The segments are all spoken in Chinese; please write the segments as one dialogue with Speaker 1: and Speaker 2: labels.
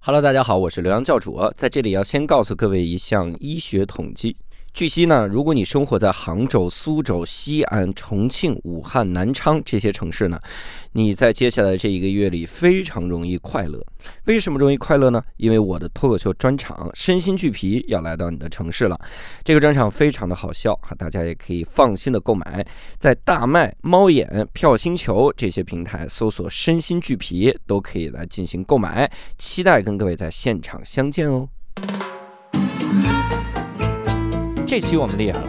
Speaker 1: Hello，大家好，我是刘洋教主啊，在这里要先告诉各位一项医学统计。据悉呢，如果你生活在杭州、苏州、西安、重庆、武汉、南昌这些城市呢，你在接下来这一个月里非常容易快乐。为什么容易快乐呢？因为我的脱口秀专场《身心俱疲》要来到你的城市了。这个专场非常的好笑哈，大家也可以放心的购买，在大麦、猫眼、票星球这些平台搜索“身心俱疲”都可以来进行购买。期待跟各位在现场相见哦。这期我们厉害了，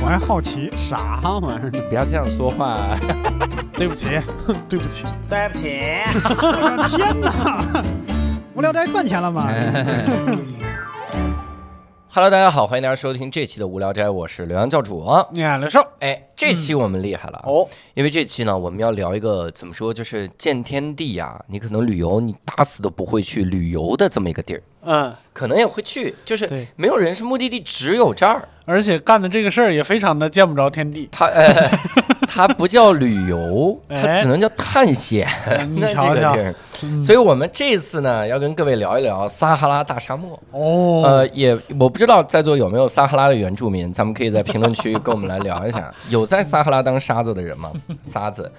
Speaker 2: 我还好奇，
Speaker 3: 啥玩意儿？
Speaker 1: 不要这样说话。
Speaker 4: 对不起，对不起，
Speaker 5: 对
Speaker 4: 哎
Speaker 5: 不起，
Speaker 2: 我的天哪！无聊斋赚钱了 吗？
Speaker 1: Hello，大家好，欢迎大家收听这期的无聊斋，我是刘洋教主啊。
Speaker 4: 你看刘少，
Speaker 1: 哎，这期我们厉害了啊
Speaker 5: 哦，
Speaker 1: 因为这期呢，我们要聊一个怎么说，就是见天地呀、你可能旅游你打死都不会去旅游的这么一个地儿，
Speaker 4: 嗯，
Speaker 1: 可能也会去，就是
Speaker 4: 对
Speaker 1: 没有人是目的地，只有这儿。。
Speaker 4: 而且干的这个事儿也非常的见不着天地
Speaker 1: 它呃，它不叫旅 游，它
Speaker 4: 哎
Speaker 1: 只能叫探险。
Speaker 4: 嗯你
Speaker 1: 那
Speaker 4: 瞧
Speaker 1: 这个
Speaker 4: 瞧嗯
Speaker 1: 地，儿，所以我们这次呢，要跟各位聊一聊撒哈拉大沙漠。
Speaker 4: 哦，
Speaker 1: 呃，也我不知道在座有没有撒哈拉的原住民，咱们可以在评论区跟我们来聊一 下，有在撒哈拉当沙子的人吗？ 沙子。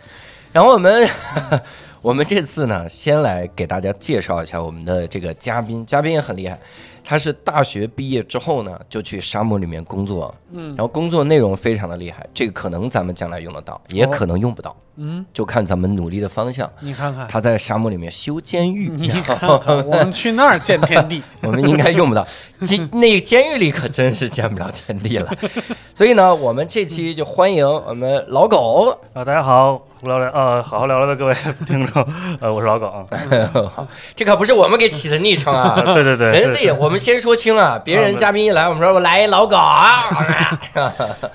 Speaker 1: 然后我们 我们这次呢，先来给大家介绍一下我们的这个嘉宾，嘉宾也很厉害，他是大学毕业之后呢，就去沙漠里面工作了，嗯，然后工作内容非常的厉害，这个可能咱们将来用得到，也可能用不到，
Speaker 4: 哦嗯，
Speaker 1: 就看咱们努力的方向。
Speaker 4: 你 看看，
Speaker 1: 他在沙漠里面修监狱，
Speaker 6: 嗯
Speaker 4: 你看看，我们去那儿见天地。
Speaker 1: 我们应该用不到。监那监狱里可真是见不着天地了，所以呢，我们这期就欢迎我们老狗。
Speaker 6: 啊，大家好，无聊聊呃，好好聊聊的各位 听众，呃，我是老耿啊，
Speaker 1: 这可不是我们给起的昵称啊，
Speaker 6: 对 对对
Speaker 1: 人家
Speaker 6: 是嗯
Speaker 1: 自己我们先说清啊，别人嘉宾一来，我们说我来一老狗 啊，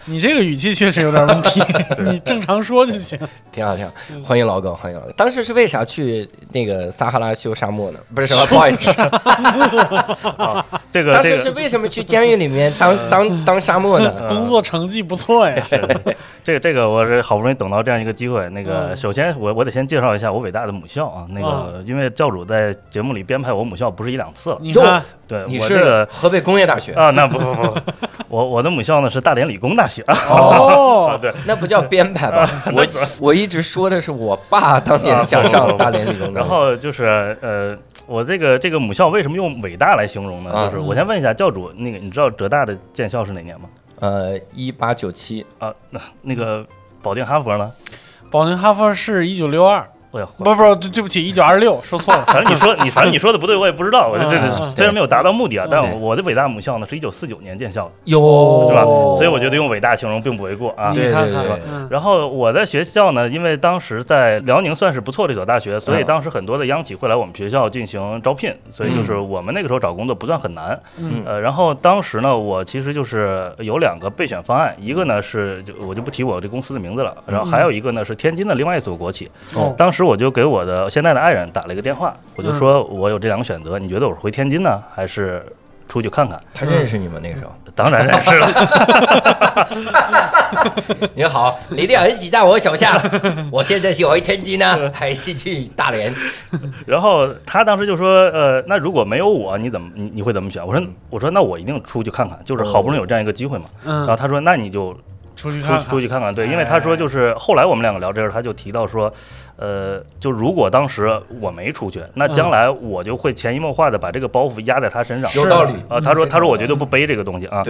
Speaker 4: 你这个语气确实有点问题，你正常说就行。
Speaker 1: 挺好挺好，
Speaker 6: 嗯
Speaker 1: 欢迎老狗，欢迎老狗。当时是为啥去那个撒哈拉修沙漠呢？不是什 么，不好意思，
Speaker 6: 这个
Speaker 1: 当时
Speaker 6: 这
Speaker 1: 是
Speaker 6: 个嗯
Speaker 1: 为什么去监狱里面当当当沙漠呢？
Speaker 6: 呃
Speaker 4: 工作成绩不错呀，
Speaker 6: 这个这个我是好不容易等到这样一个机会，那个
Speaker 4: 嗯
Speaker 6: 首先我我得先介绍一下我伟大的母校啊，那个因为教主在节目里编排我母校不是一两次了，
Speaker 4: 你看，
Speaker 6: 对
Speaker 1: 你
Speaker 6: 嗯我这
Speaker 1: 是
Speaker 6: 个
Speaker 1: 河北工业大 学，
Speaker 6: 啊，那不不不，不我我的母校呢是大连理工大学 啊，
Speaker 4: 哦，
Speaker 6: 对，
Speaker 1: 那不叫编排 吧？我我一直说的是我爸当年想上 大连理工大
Speaker 6: 啊然
Speaker 1: 学。
Speaker 6: 后就是呃，我这个这个母校为什么用伟大来形容呢？
Speaker 1: 啊
Speaker 6: 就是我先问一下教主，那个你知道浙大的建校是哪年吗？
Speaker 1: 呃，一八九七，
Speaker 6: 啊，那那个保定哈佛呢？
Speaker 4: 保定哈佛是一九六二，
Speaker 6: 哎呀，
Speaker 4: 不不，对对不起，一九二六，说错了。
Speaker 6: 反正你说你反正你说的不对，我也不 知道。我这
Speaker 4: 嗯嗯
Speaker 6: 这
Speaker 4: 嗯
Speaker 6: 虽然没有达到目的啊，
Speaker 4: 嗯
Speaker 6: 但我的伟大母校呢是一九四九年建校的，
Speaker 1: 有
Speaker 6: 对吧？
Speaker 4: 哦
Speaker 6: 所以我觉得用伟大形容并不为过啊。
Speaker 4: 你
Speaker 1: 对
Speaker 4: 看
Speaker 1: 对
Speaker 4: 看
Speaker 1: 对，
Speaker 4: 嗯
Speaker 6: 然后我在学校呢，因为当时在辽宁算是不错的一所大学，所以
Speaker 1: 嗯
Speaker 6: 当时很多的央企会来我们学校进行招聘，所以就是我们那个时候找工作不算很难。
Speaker 4: 嗯
Speaker 6: 呃，然后当时呢，我其实就是有两个备选方案，一个呢是就我就不提我这公司的名字了，然后
Speaker 4: 嗯
Speaker 6: 还有一个呢是天津的另外一所国企。
Speaker 4: 哦
Speaker 6: 当时我就给我的现在的爱人打了一个电话，我就说我有这两个选择，你觉得我是回天津呢，还是出去看看？
Speaker 1: 他认识你们那个时候。
Speaker 6: 当然认识了。
Speaker 1: 你好，你的儿子在我手下 了，我现在是回天津呢，还是去大连？
Speaker 6: 然后他当时就说，呃，那如果没有我，你怎么你你会怎么选？我说我说那我一定出去看看，就是好不容易有这样一个机会嘛。然后
Speaker 4: 嗯，
Speaker 6: 他说那你就
Speaker 4: 出去
Speaker 6: 出
Speaker 4: 看看，
Speaker 6: 出去看看，对，因为他说就是后来我们两个聊这事儿，他就提到说，呃，就如果当时我没出去，那将来我就会潜移默化的把这个包袱压在他身上。
Speaker 1: 有道理。
Speaker 6: 啊，他说，他说我绝对不背这个东西啊，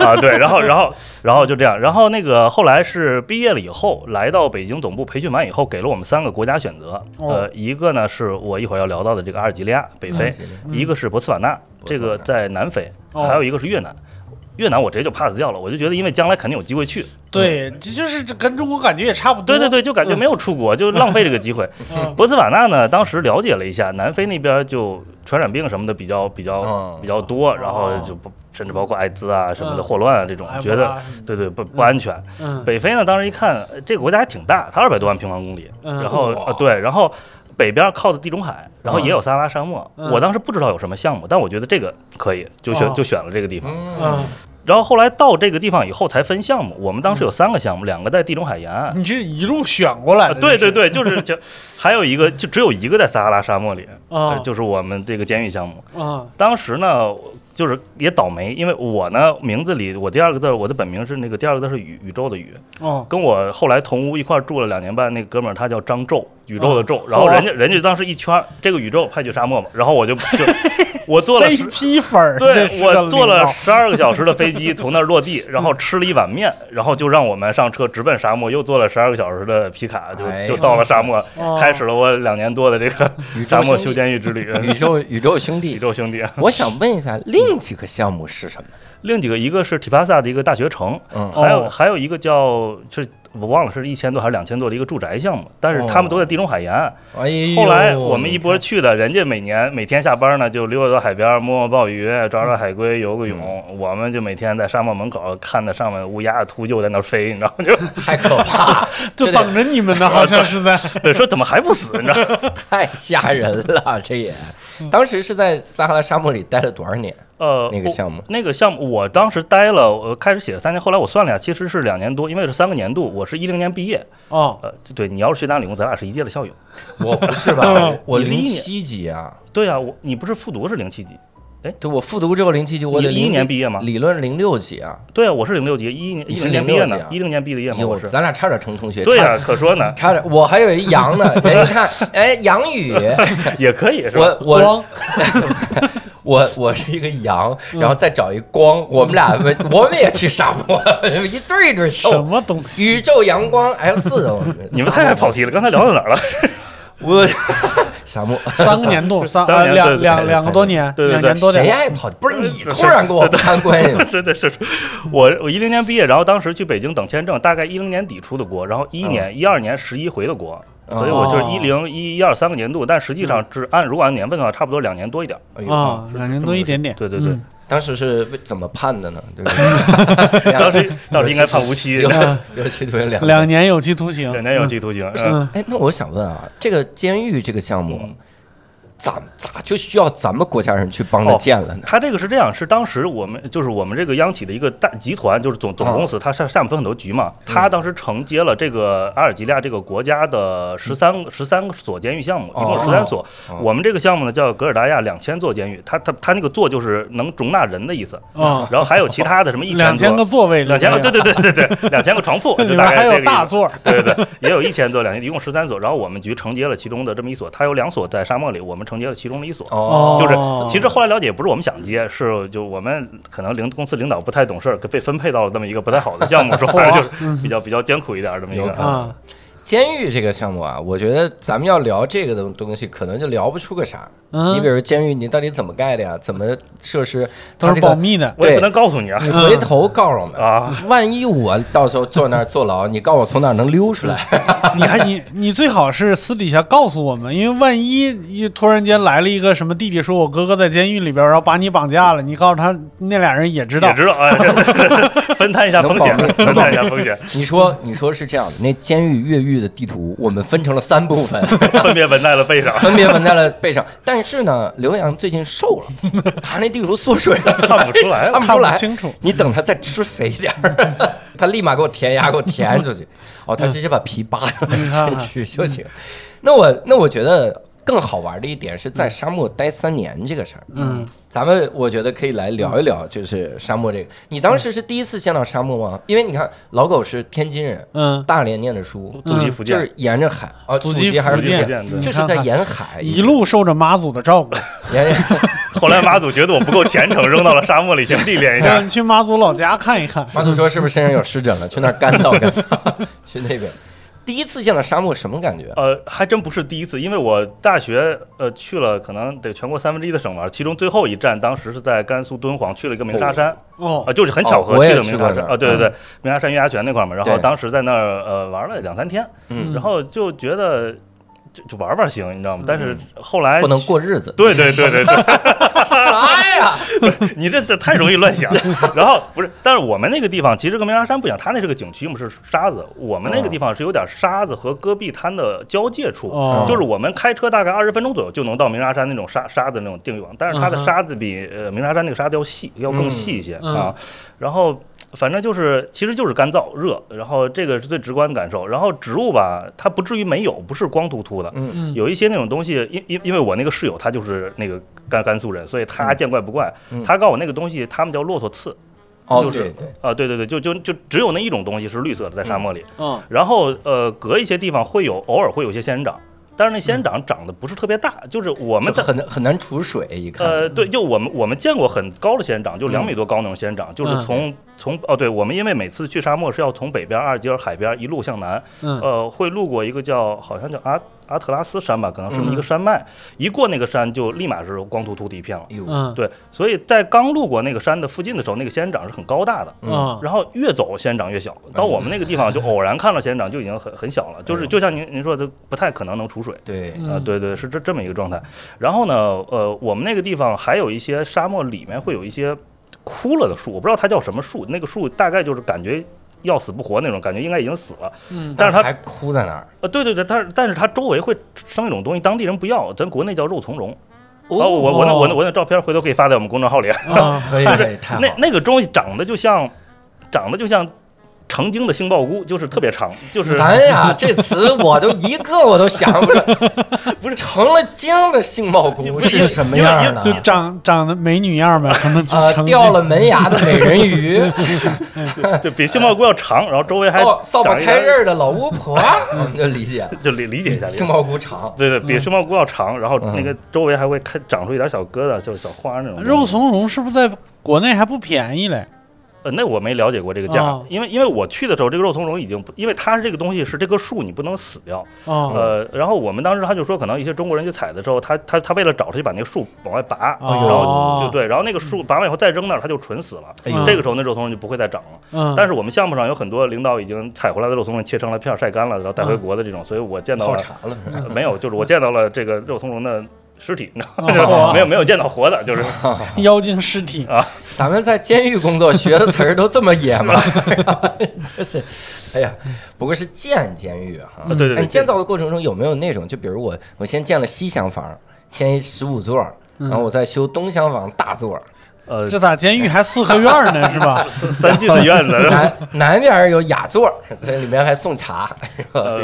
Speaker 6: 啊，对，然后，然后，然后就这样，然后那个后来是毕业了以后，来到北京总部培训完以后，给了我们三个国家选择，呃
Speaker 4: 哦，
Speaker 6: 一个呢是我一会儿要聊到的这个阿尔及利亚北非，一个是嗯博斯瓦纳，这个在南非，
Speaker 4: 嗯哦
Speaker 6: 还有一个是越南，越南我直接就 pass 掉了，我就觉得因为将来肯定有机会去，
Speaker 4: 对，这就是这跟中国感觉也差不多。
Speaker 6: 对对对，就感觉没有出国，就浪费这个机会。
Speaker 4: 嗯，
Speaker 6: 博茨瓦纳呢，当时了解了一下，南非那边就传染病什么的比较比
Speaker 1: 嗯
Speaker 6: 较比较多，然后就不甚至包括艾滋啊什么的
Speaker 4: 哦嗯
Speaker 6: 霍乱啊这种
Speaker 4: 埃，博
Speaker 6: 觉得
Speaker 4: 拉什么的
Speaker 6: 对对不不安全。
Speaker 4: 嗯
Speaker 6: 北非呢，当时一看呃这个国家还挺大，它二百多万平方公里，
Speaker 4: 嗯
Speaker 6: 然后
Speaker 1: 哇
Speaker 6: 啊对，然后北边靠的地中海，然后也有撒哈拉沙漠。
Speaker 4: 嗯
Speaker 6: 我当时不知道有什么项目，但我觉得这个可以，就
Speaker 4: 哦
Speaker 6: 选就选了这个地方。
Speaker 4: 嗯
Speaker 6: 然后后来到这个地方以后才分项目，我们当时有三个项目，两个在地中海沿岸。
Speaker 4: 你这一路选过来
Speaker 6: 啊
Speaker 4: 的，
Speaker 6: 对
Speaker 4: 这
Speaker 6: 对
Speaker 4: 是，
Speaker 6: 对，就是就还有一个，就只有一个在撒哈拉沙漠里，
Speaker 4: 啊
Speaker 6: 呃就是我们这个监狱项目。
Speaker 4: 啊
Speaker 6: 当时呢，就是也倒霉，因为我呢名字里我第二个字，我的本名是那个第二个字是宇宇宙的宇，
Speaker 4: 哦，
Speaker 6: 跟我后来同屋一块儿住了两年半那个哥们儿，他叫张宙，宇宙的宙。然后人家人家当时一圈儿这个宇宙派去沙漠嘛，然后我就就我坐了十。
Speaker 4: CP 粉儿，这
Speaker 6: 对
Speaker 4: 是个
Speaker 6: 我坐
Speaker 4: 领
Speaker 6: 了
Speaker 4: 导
Speaker 6: 十二个小时的飞机从那儿落地，然后吃了一碗面，然后就让我们上车直奔沙漠，又坐了十二个小时的皮卡，就
Speaker 1: 哎
Speaker 6: 就到了沙漠，
Speaker 4: 哦
Speaker 6: 开始了我两年多的这个
Speaker 1: 宇
Speaker 6: 沙
Speaker 1: 宙
Speaker 6: 漠
Speaker 1: 兄
Speaker 6: 修
Speaker 1: 弟，
Speaker 6: 监狱之旅。
Speaker 1: 宇宙宇宙兄
Speaker 6: 宇
Speaker 1: 弟，
Speaker 6: 宙兄弟，
Speaker 1: 我想问一下，另几个项目是什么？
Speaker 6: 另几个一个是体帕萨的一个大学城，
Speaker 1: 嗯，
Speaker 6: 还有
Speaker 4: 哦
Speaker 6: 还有一个叫是我忘了是一千多还是两千多的一个住宅项目，但是他们都在地中海沿岸。
Speaker 1: 哎呦
Speaker 6: 后来我们一波去的，人家每年每天下班呢就溜达到海边摸摸鲍鱼，抓抓海龟，游个
Speaker 1: 嗯
Speaker 6: 泳。我们就每天在沙漠门口看那上面乌鸦秃鹫在那儿飞，你知道吗？就
Speaker 1: 太可怕，
Speaker 4: 就
Speaker 1: 这
Speaker 4: 等着你们呢，好像是在
Speaker 6: 对，说怎么还不死？你 知道吗？
Speaker 1: 太吓人了，这也。
Speaker 6: 嗯
Speaker 1: 当时是在撒哈拉沙漠里待了多少年？
Speaker 6: 呃，
Speaker 1: 那个
Speaker 6: 我
Speaker 1: 项目
Speaker 6: 那个项目，我当时待了，我开始写了三年，后来我算了一下，其实是两年多，因为是三个年度，我是一零年毕业。
Speaker 4: 哦
Speaker 6: 呃，对你要是去当理工，咱俩是一届的校友。
Speaker 1: 我不 是 吧？我
Speaker 6: 你是
Speaker 1: 零
Speaker 6: 一年
Speaker 1: 七级啊，
Speaker 6: 对啊，我你不是复读是零七级？
Speaker 1: 对我复读之后零七级，我
Speaker 6: 你
Speaker 1: 得
Speaker 6: 一
Speaker 1: 零
Speaker 6: 年毕业吗
Speaker 1: 理论零六级啊，
Speaker 6: 对啊，我是零六级，一年
Speaker 1: 你
Speaker 6: 一
Speaker 1: 是
Speaker 6: 零年毕业
Speaker 1: 06级
Speaker 6: 呢
Speaker 1: 啊，
Speaker 6: 一零年毕的业嘛，
Speaker 1: 哟
Speaker 6: 我是。
Speaker 1: 咱俩差点成同学，
Speaker 6: 对啊
Speaker 1: 差
Speaker 6: 呀、可说 呢，
Speaker 1: 差点，我还有一杨 呢，人一看，哎，杨宇，
Speaker 6: 也可 以是吧？
Speaker 1: 我我 我我是一个羊，然后再找一光，我们俩我们也去沙漠，一对一对
Speaker 4: 什
Speaker 6: 哦
Speaker 1: 秀，
Speaker 4: 么东西
Speaker 1: 宇宙阳光 L 四，我们
Speaker 6: 你们太爱跑题了，刚才聊到哪儿了？
Speaker 1: 我沙漠
Speaker 4: 三个年 度，三
Speaker 6: 三个
Speaker 4: 呃
Speaker 6: 年
Speaker 4: 两
Speaker 6: 对对
Speaker 4: 两
Speaker 1: 对
Speaker 4: 两个多年，
Speaker 6: 对对对
Speaker 4: 两年多
Speaker 1: 谁
Speaker 4: 点，
Speaker 1: 爱跑？不是
Speaker 6: 呃
Speaker 1: 你突然跟我哎攀 关系吗，
Speaker 6: 真的是，是我我一零年毕业，然后当时去北京等签证，大概一零年底出的国，然后一一年、一二年十一回的国，
Speaker 1: 嗯哦嗯
Speaker 6: 所以我就是一零、一一二三个年度，但实际上只按如果按年份的话，差不多两年多一点。
Speaker 1: 哎
Speaker 4: 啊
Speaker 1: 呦，
Speaker 4: 两年多一点点，
Speaker 6: 对对对
Speaker 4: 嗯，
Speaker 1: 当时是为怎么判的呢？对不对
Speaker 6: 当 时当时应该判无期
Speaker 1: 有，有期徒刑 两
Speaker 4: 嗯两年有期徒刑，
Speaker 6: 两年有期徒刑。嗯
Speaker 4: 嗯，
Speaker 1: 哎，那我想问啊，这个监狱这个项目，咋咋就需要咱们国家人去帮着
Speaker 6: 哦
Speaker 1: 建了呢？
Speaker 6: 他这个是这样，是当时我们就是我们这个央企的一个大集团，就是总总
Speaker 4: 啊
Speaker 6: 公司，它上下面分很多局嘛。
Speaker 4: 嗯
Speaker 6: 他当时承接了这个阿尔及利亚这个国家的十三
Speaker 4: 嗯
Speaker 6: 十三所监狱项目，一共
Speaker 1: 哦
Speaker 6: 十三所
Speaker 1: 哦。
Speaker 6: 我们这个项目呢叫格尔达亚两千座监狱，它它它那个座就是能容纳人的意思。
Speaker 4: 哦，
Speaker 6: 然后还有其他的什么一
Speaker 4: 两千
Speaker 6: 千
Speaker 4: 个座
Speaker 6: 座。
Speaker 4: 位，
Speaker 6: 两千个，对对对对对，两千个 床铺，
Speaker 4: 里
Speaker 6: 就
Speaker 4: 面
Speaker 6: 大
Speaker 4: 还
Speaker 6: 概这
Speaker 4: 有
Speaker 6: 个
Speaker 4: 大
Speaker 6: 意思
Speaker 4: 座儿，
Speaker 6: 对对对，也有一千座，两一共十三所。然后我们局承接了其中的这么一所，它有两所在沙漠里，我们承接了其中的一所。
Speaker 1: 哦，
Speaker 6: 就是
Speaker 4: 哦
Speaker 6: 其实后来了解，不是我们想接，是就我们可能领公司领导不太懂事儿，给被分配到了这么一个不太好的项目，是吧？就是比较比较艰苦一点儿这么一
Speaker 1: 有
Speaker 6: 个
Speaker 1: 可能
Speaker 6: 啊。
Speaker 4: 啊，
Speaker 1: 监狱这个项目啊，我觉得咱们要聊这个东东西，可能就聊不出个啥。
Speaker 4: 嗯
Speaker 1: 你比如监狱，你到底怎么盖的呀？怎么设施？
Speaker 4: 都
Speaker 1: 它
Speaker 4: 是
Speaker 1: 这
Speaker 4: 保
Speaker 1: 个，
Speaker 4: 密的，
Speaker 6: 我也不能告诉你啊
Speaker 1: 你回头告诉我们。
Speaker 6: 啊！
Speaker 1: 万一我到时候坐那儿坐牢，你告诉我从哪儿能溜出来？
Speaker 4: 你还你你最好是私底下告诉我们，因为万一一突然间来了一个什么弟弟说我哥哥在监狱里边，然后把你绑架了，你告诉他那俩人也知道
Speaker 6: 也，知道啊， 分摊一下风险，
Speaker 1: 能保密
Speaker 6: 分摊一下风险，
Speaker 1: 你 说，你说是这样的，那监狱越狱的地图我们分成了三部分，
Speaker 6: 分别纹在了背上。
Speaker 1: 分别纹在了背上。但是呢，刘洋最近瘦 了，他那地图缩水了，
Speaker 6: 看不出来了
Speaker 1: 看不出
Speaker 4: 看不
Speaker 1: 来。
Speaker 4: 清楚，嗯
Speaker 1: 你等他再吃肥点儿， 他立马给我填牙，给我填出去。哦，他直接把皮扒了
Speaker 4: 嗯 啊
Speaker 1: 进去就行。那我那我觉得更好玩的一点是在沙漠待三年这个事儿。
Speaker 4: 嗯，
Speaker 1: 咱们我觉得可以来聊一聊，就是沙漠这个。你当时是第一次见到沙漠吗？因为你看老狗是天津人，
Speaker 4: 嗯，
Speaker 1: 大连念的书，
Speaker 6: 祖籍福
Speaker 1: 就
Speaker 6: 建，
Speaker 1: 是沿着海啊，祖
Speaker 4: 籍
Speaker 1: 籍还是
Speaker 6: 福
Speaker 1: 福
Speaker 6: 建
Speaker 1: 建，
Speaker 6: 对
Speaker 1: 就是在沿海
Speaker 4: 一路受着妈祖的照顾。
Speaker 1: 沿。
Speaker 6: 后来马祖觉得我不够虔诚，扔到了沙漠里去历练一
Speaker 4: 让
Speaker 6: 下。
Speaker 1: 嗯
Speaker 4: 你去妈祖老家看一看。
Speaker 1: 马祖说是不是身上有湿疹了？去那儿干燥干 燥，去那边。第一次见到沙漠什么感觉？
Speaker 6: 呃，还真不是第一次，因为我大学呃去了可能得全国三分之一的省玩，其中最后一站当时是在甘肃敦煌，去了一个鸣沙山。
Speaker 4: 哦
Speaker 6: 啊，，就是很巧合
Speaker 1: 哦我也
Speaker 6: 的
Speaker 1: 去
Speaker 6: 鸣
Speaker 1: 过
Speaker 6: 沙山
Speaker 1: 那儿嗯
Speaker 6: 啊，对对对，鸣沙山月牙泉那块儿嘛，然后
Speaker 1: 对
Speaker 6: 当时在那儿呃玩了两三天，
Speaker 1: 嗯
Speaker 6: 然后就觉得就就玩玩行，你知道吗？但是后来
Speaker 1: 不能过日子。
Speaker 6: 哎对对对对 对，
Speaker 1: 啥呀？
Speaker 6: 你这这太容易 乱想。然后不是，但是我们那个地方其实跟梅沙山不一样，它那是个景区嘛，是沙子。我们那
Speaker 1: 哦
Speaker 6: 个地方是有点沙子和戈壁滩的交界处，
Speaker 4: 哦
Speaker 6: 就是我们开车大概二十分钟左右就能到梅沙山那种沙沙子那种定远，但是它的
Speaker 4: 嗯哼
Speaker 6: 沙子比呃梅沙山那个沙子要细，要更细一些、
Speaker 4: 嗯
Speaker 6: 啊。然后反正就是，其实就是干燥热，然后这个是最直观的感受。然后植物吧，它不至于没有，不是光秃秃的，
Speaker 1: 嗯
Speaker 6: 有一些那种东西，因因因为我那个室友他就是那个甘甘肃人，所以他见怪不怪。
Speaker 1: 嗯
Speaker 6: 他告诉我那个东西，他们叫骆驼刺
Speaker 1: 哦，
Speaker 6: 就是
Speaker 1: 对对，
Speaker 6: 啊，对对对，就就就只有那一种东西是绿色的，在沙漠里。
Speaker 4: 嗯
Speaker 6: 然后呃，隔一些地方会有偶尔会有一些仙人掌，但是那仙人掌长得不是特别大，就是我
Speaker 1: 我
Speaker 6: 们的。
Speaker 1: 嗯很很难储水，一看。
Speaker 6: 呃，对，就我们我们见过很高的仙人掌，就两米多高那种仙人掌，就是
Speaker 4: 嗯
Speaker 6: 从从哦，对，我们因为每次去沙漠是要从北边阿尔及尔海边一路向南，
Speaker 4: 嗯
Speaker 6: 呃，会路过一个叫好像叫阿阿特拉斯山吧，可能是一个
Speaker 4: 嗯
Speaker 6: 山脉，一过那个山就立马是光秃秃的一片了。
Speaker 1: 哎呦
Speaker 4: 嗯
Speaker 6: 对，所以在刚路过那个山的附近的时候，那个仙人掌是很高大的，
Speaker 4: 嗯
Speaker 6: 然后越走仙人掌越小。到我们那个 地方就偶然看到仙人掌就已经很很小了，
Speaker 4: 哎
Speaker 6: 就是就像您您说的，不太可能能储水。
Speaker 1: 对，
Speaker 6: 啊、对对，是这这么一个状态。然后呢，呃，我们那个地方还有一些沙漠里面会有一些枯了的树，我不知道它叫什么树，那个树大概就是感觉要死不活那种感觉，应该已经死了。
Speaker 4: 嗯
Speaker 6: 但是它
Speaker 1: 还哭在那儿。
Speaker 6: 呃，对对对，但是但是它周围会生一种东西，当地人不要，咱国内叫肉苁蓉。哦，我我那我那我那照片回头可以发在我们公众号里。
Speaker 4: 啊
Speaker 1: 可以，
Speaker 6: 就
Speaker 1: 可以
Speaker 6: 是
Speaker 1: 哎太好
Speaker 6: 那
Speaker 1: 了。
Speaker 6: 那个东西长得就像，长得就像成精的杏鲍菇，就是特别长，就是
Speaker 1: 咱呀，这词我都一个我都想不 出，不是成了精的杏鲍菇是什么样
Speaker 4: 就
Speaker 1: 的？
Speaker 4: 长长得美女样呗，可能就
Speaker 1: 呃，
Speaker 4: 成
Speaker 1: 掉
Speaker 4: 精
Speaker 1: 了门牙的美人 鱼，
Speaker 6: 就比杏鲍菇要长，然后周围还
Speaker 1: 扫扫把
Speaker 6: 长一
Speaker 1: 开
Speaker 6: 点
Speaker 1: 刃儿的老巫 婆，我们就理解了。
Speaker 6: 就理理解一下这
Speaker 1: 杏
Speaker 6: 个。
Speaker 1: 鲍菇长，
Speaker 6: 对对，比杏鲍菇要长，然后
Speaker 1: 嗯
Speaker 6: 那个周围还会开长出一点小疙瘩，就是小花那种。
Speaker 4: 肉苁蓉是不是在国内还不便宜嘞？
Speaker 6: 呃，那我没了解过这个价，
Speaker 4: 哦
Speaker 6: 因为因为我去的时候，这个肉苁蓉已经不，因为它是这个东西是这棵树，你不能死掉，
Speaker 4: 啊
Speaker 6: 呃，然后我们当时他就说，可能一些中国人去采的时候，他他他为了找他就把那个树往外拔，
Speaker 4: 哦
Speaker 6: 然后就对，然后那个树拔完以后再扔那儿，它就纯死了。
Speaker 1: 哎呦，
Speaker 6: 这个时候那肉苁蓉就不会再长了。
Speaker 4: 嗯，
Speaker 6: 但
Speaker 4: 是
Speaker 6: 是我们项目上有很多领导已经采回来的肉苁蓉切成了片儿晒干了，然后带回
Speaker 4: 嗯
Speaker 6: 国的这种，所以我见到
Speaker 1: 泡
Speaker 6: 了
Speaker 1: 茶了是吧，
Speaker 6: 呃 没有，就是我见到了这个肉苁蓉的尸体，你 知道吗？
Speaker 4: 哦
Speaker 6: 就是没有没有见到活的， 就是
Speaker 4: 妖精尸体
Speaker 1: 咱们在监狱工作学的词儿都这么野吗？ 真是，哎呀，不过是建监狱哈、
Speaker 6: 对对对
Speaker 1: 哎你
Speaker 6: 对
Speaker 1: 建造的过程中有没有那种，就比如我，我先建了西厢房，先十五座儿，
Speaker 6: 嗯
Speaker 1: 然后我再修东厢房大座儿，
Speaker 6: 呃
Speaker 4: 这咋监狱还四合院呢？是吧？
Speaker 6: 三进的院子。 是吧
Speaker 1: 南南边儿有雅座儿，所以里面还送茶，是吧？
Speaker 6: 呃，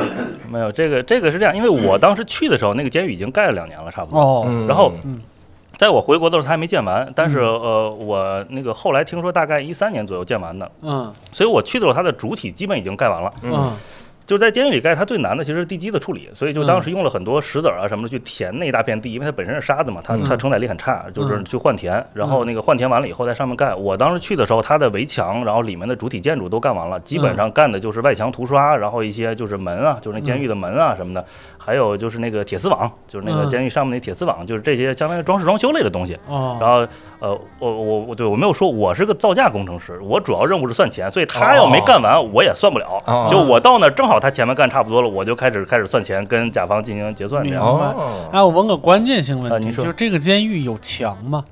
Speaker 6: 没有这个这个是这样，因为我当时去的时候，那个监狱已经盖了两年了，差不多。
Speaker 4: 哦，
Speaker 1: 嗯
Speaker 6: 然后，在我回国的时候，他还没建完，但
Speaker 4: 嗯
Speaker 6: 是呃，我那个后来听说大概一三年左右建完的，
Speaker 4: 嗯
Speaker 6: 所以我去的时候，它的主体基本已经盖完了。
Speaker 4: 嗯
Speaker 6: 就是在监狱里盖，它最难的其实是地基的处理，所以就当时用了很多石子儿啊什么的去填那一大片地，因为它本身是沙子嘛，它它承载力很差，就是去换填，然后那个换填完了以后在上面盖。我当时去的时候，它的围墙，然后里面的主体建筑都干完了，基本上干的就是外墙涂刷，然后一些就是门啊，就是那监狱的门啊什么的，还有就是那个铁丝网，就是那个
Speaker 4: 嗯
Speaker 6: 监狱上面那铁丝网，就是这些相当于装饰装修类的东西。
Speaker 4: 哦，
Speaker 6: 然后，呃，我我我对我没有说我是个造价工程师，我主要任务是算钱，所以他要没干完，我也算不了
Speaker 1: 哦。
Speaker 6: 就我到那儿正好他前面干差不多了，我就开始开始算钱，跟甲方进行结算这
Speaker 4: 明
Speaker 6: 样。
Speaker 4: 白
Speaker 1: 哦，
Speaker 4: 哎，我问个关键性
Speaker 6: 啊
Speaker 4: 问题，
Speaker 6: 您说
Speaker 4: 就这个监狱有墙吗？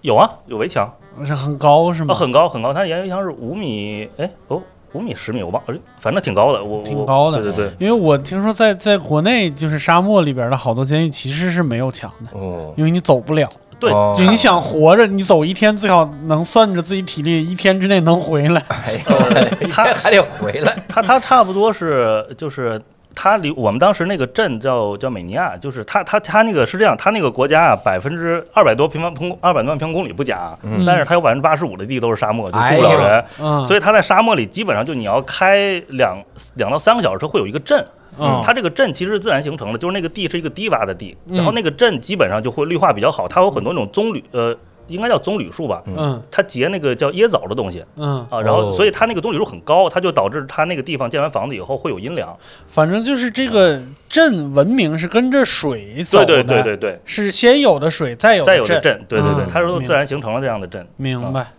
Speaker 6: 有啊，有围墙
Speaker 4: 是很高是
Speaker 6: 啊，
Speaker 4: 吗？
Speaker 6: 很高很高，它沿围墙是五米，哎哦，五米十米我忘，了，反正挺高的，我我
Speaker 4: 挺高的嗯
Speaker 6: 对对对。
Speaker 4: 因为我听说在在国内就是沙漠里边的好多监狱其实是没有墙的，
Speaker 1: 哦，
Speaker 4: 因为你走不了。
Speaker 6: 对
Speaker 1: 哦
Speaker 4: 就你想活着，你走一天最好能算着自己体力，一天之内能回来。
Speaker 6: 啊
Speaker 1: 哎呦，他还得回来，
Speaker 6: 它它差不多是就是它离我们当时那个镇叫叫美尼亚，就是它它它那个是这样，它那个国家啊，百分之二百多平方公二百多万平方公里不假，啊
Speaker 1: 嗯
Speaker 6: 但是它有百分之八十五的地都是沙漠，就
Speaker 1: 哎
Speaker 6: 住不了
Speaker 1: 呦
Speaker 6: 人，
Speaker 4: 嗯，
Speaker 6: 所
Speaker 4: 以
Speaker 6: 以它在沙漠里基本上就你要开两两到三个小时车会有一个镇。
Speaker 4: 嗯
Speaker 6: 它这个镇其实是自然形成的，就是那个地是一个低洼的地，
Speaker 4: 嗯
Speaker 6: 然后那个镇基本上就会绿化比较好，它有很多那种棕榈，呃，应该叫棕榈树吧，
Speaker 4: 嗯
Speaker 6: 它结那个叫椰枣的东西，
Speaker 4: 嗯，
Speaker 6: 啊，然
Speaker 1: 哦
Speaker 6: 后所以它那个棕榈树很高，它就导致它那个地方建完房子以后会有阴凉。
Speaker 4: 反正就是这个镇文明是跟着水走
Speaker 6: 对
Speaker 4: 的，
Speaker 6: 对对对对，
Speaker 4: 是先有的水，再有
Speaker 6: 再有的
Speaker 4: 镇。
Speaker 6: 镇，啊对对对，
Speaker 4: 嗯
Speaker 6: 它是
Speaker 4: 明
Speaker 6: 自然形成了这样的镇。
Speaker 4: 明白，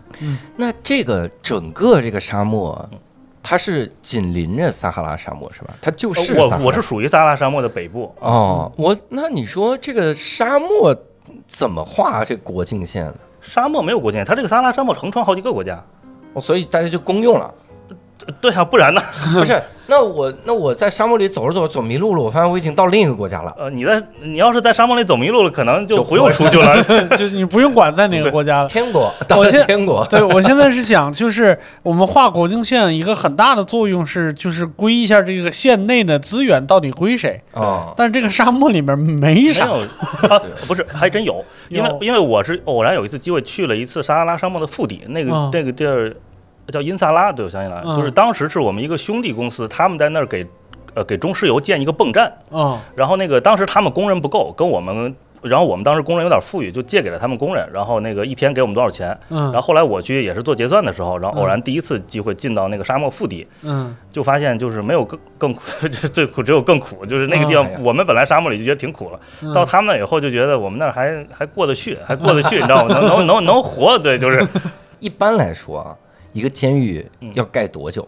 Speaker 1: 那这个整个这个沙漠，它是紧邻着撒哈拉沙漠是吧？它就是撒哈
Speaker 6: 呃我
Speaker 1: 拉
Speaker 6: 我是属于撒哈拉沙漠的北部，
Speaker 1: 哦，我那你说这个沙漠怎么画这国境线呢？
Speaker 6: 沙漠没有国界，它这个撒哈拉沙漠横穿好几个国家。
Speaker 1: 哦，所以大家就公用了，
Speaker 6: 呃对啊，不然呢？
Speaker 1: 不是？那我那我在沙漠里走着走着走迷路了，我发现我已经到另一个国家了。
Speaker 6: 呃，你在你要是在沙漠里走迷路了，可能
Speaker 1: 就
Speaker 6: 就不用出去了。
Speaker 4: 就你不用管在哪个国家了。
Speaker 1: 天国到
Speaker 4: 呃我
Speaker 1: 了
Speaker 4: 现
Speaker 1: 天 国，
Speaker 4: 对，我现在是想，就是我们画国境线一个很大的作用是，就是归一下这个县内的资源到底归谁。
Speaker 1: 哦，
Speaker 4: 但是这个沙漠里面没
Speaker 6: 没
Speaker 4: 啥，
Speaker 6: 有 啊，不是，还真有，因为
Speaker 4: 有
Speaker 6: 因为我是偶然有一次机会去了一次撒哈拉沙漠的腹地，那个、
Speaker 4: 嗯
Speaker 6: 那个地儿叫因萨拉，对我想起来，
Speaker 4: 嗯
Speaker 6: 就是当时是我们一个兄弟公司，他们在那儿给呃给中石油建一个泵站，
Speaker 4: 嗯
Speaker 6: 然后那个当时他们工人不够，跟我们。然后我们当时工人有点富裕，就借给了他们工人，然后那个一天给我们多少钱。然后
Speaker 4: 嗯
Speaker 6: 后来我去也是做结算的时候，然后偶然第一次机会进到那个沙漠腹地，
Speaker 4: 嗯，
Speaker 6: 就发现就是没有更更苦， 就是最苦只有更苦，就是那个地方
Speaker 1: 哎呀，
Speaker 6: 我们本来沙漠里就觉得挺苦了，
Speaker 4: 嗯
Speaker 6: 到他们那以后就觉得我们那儿还还过得去，还过得去，你知道吗？能能能能活，对，就是
Speaker 1: 一般来说啊，一个监狱
Speaker 6: 嗯
Speaker 1: 要盖多久？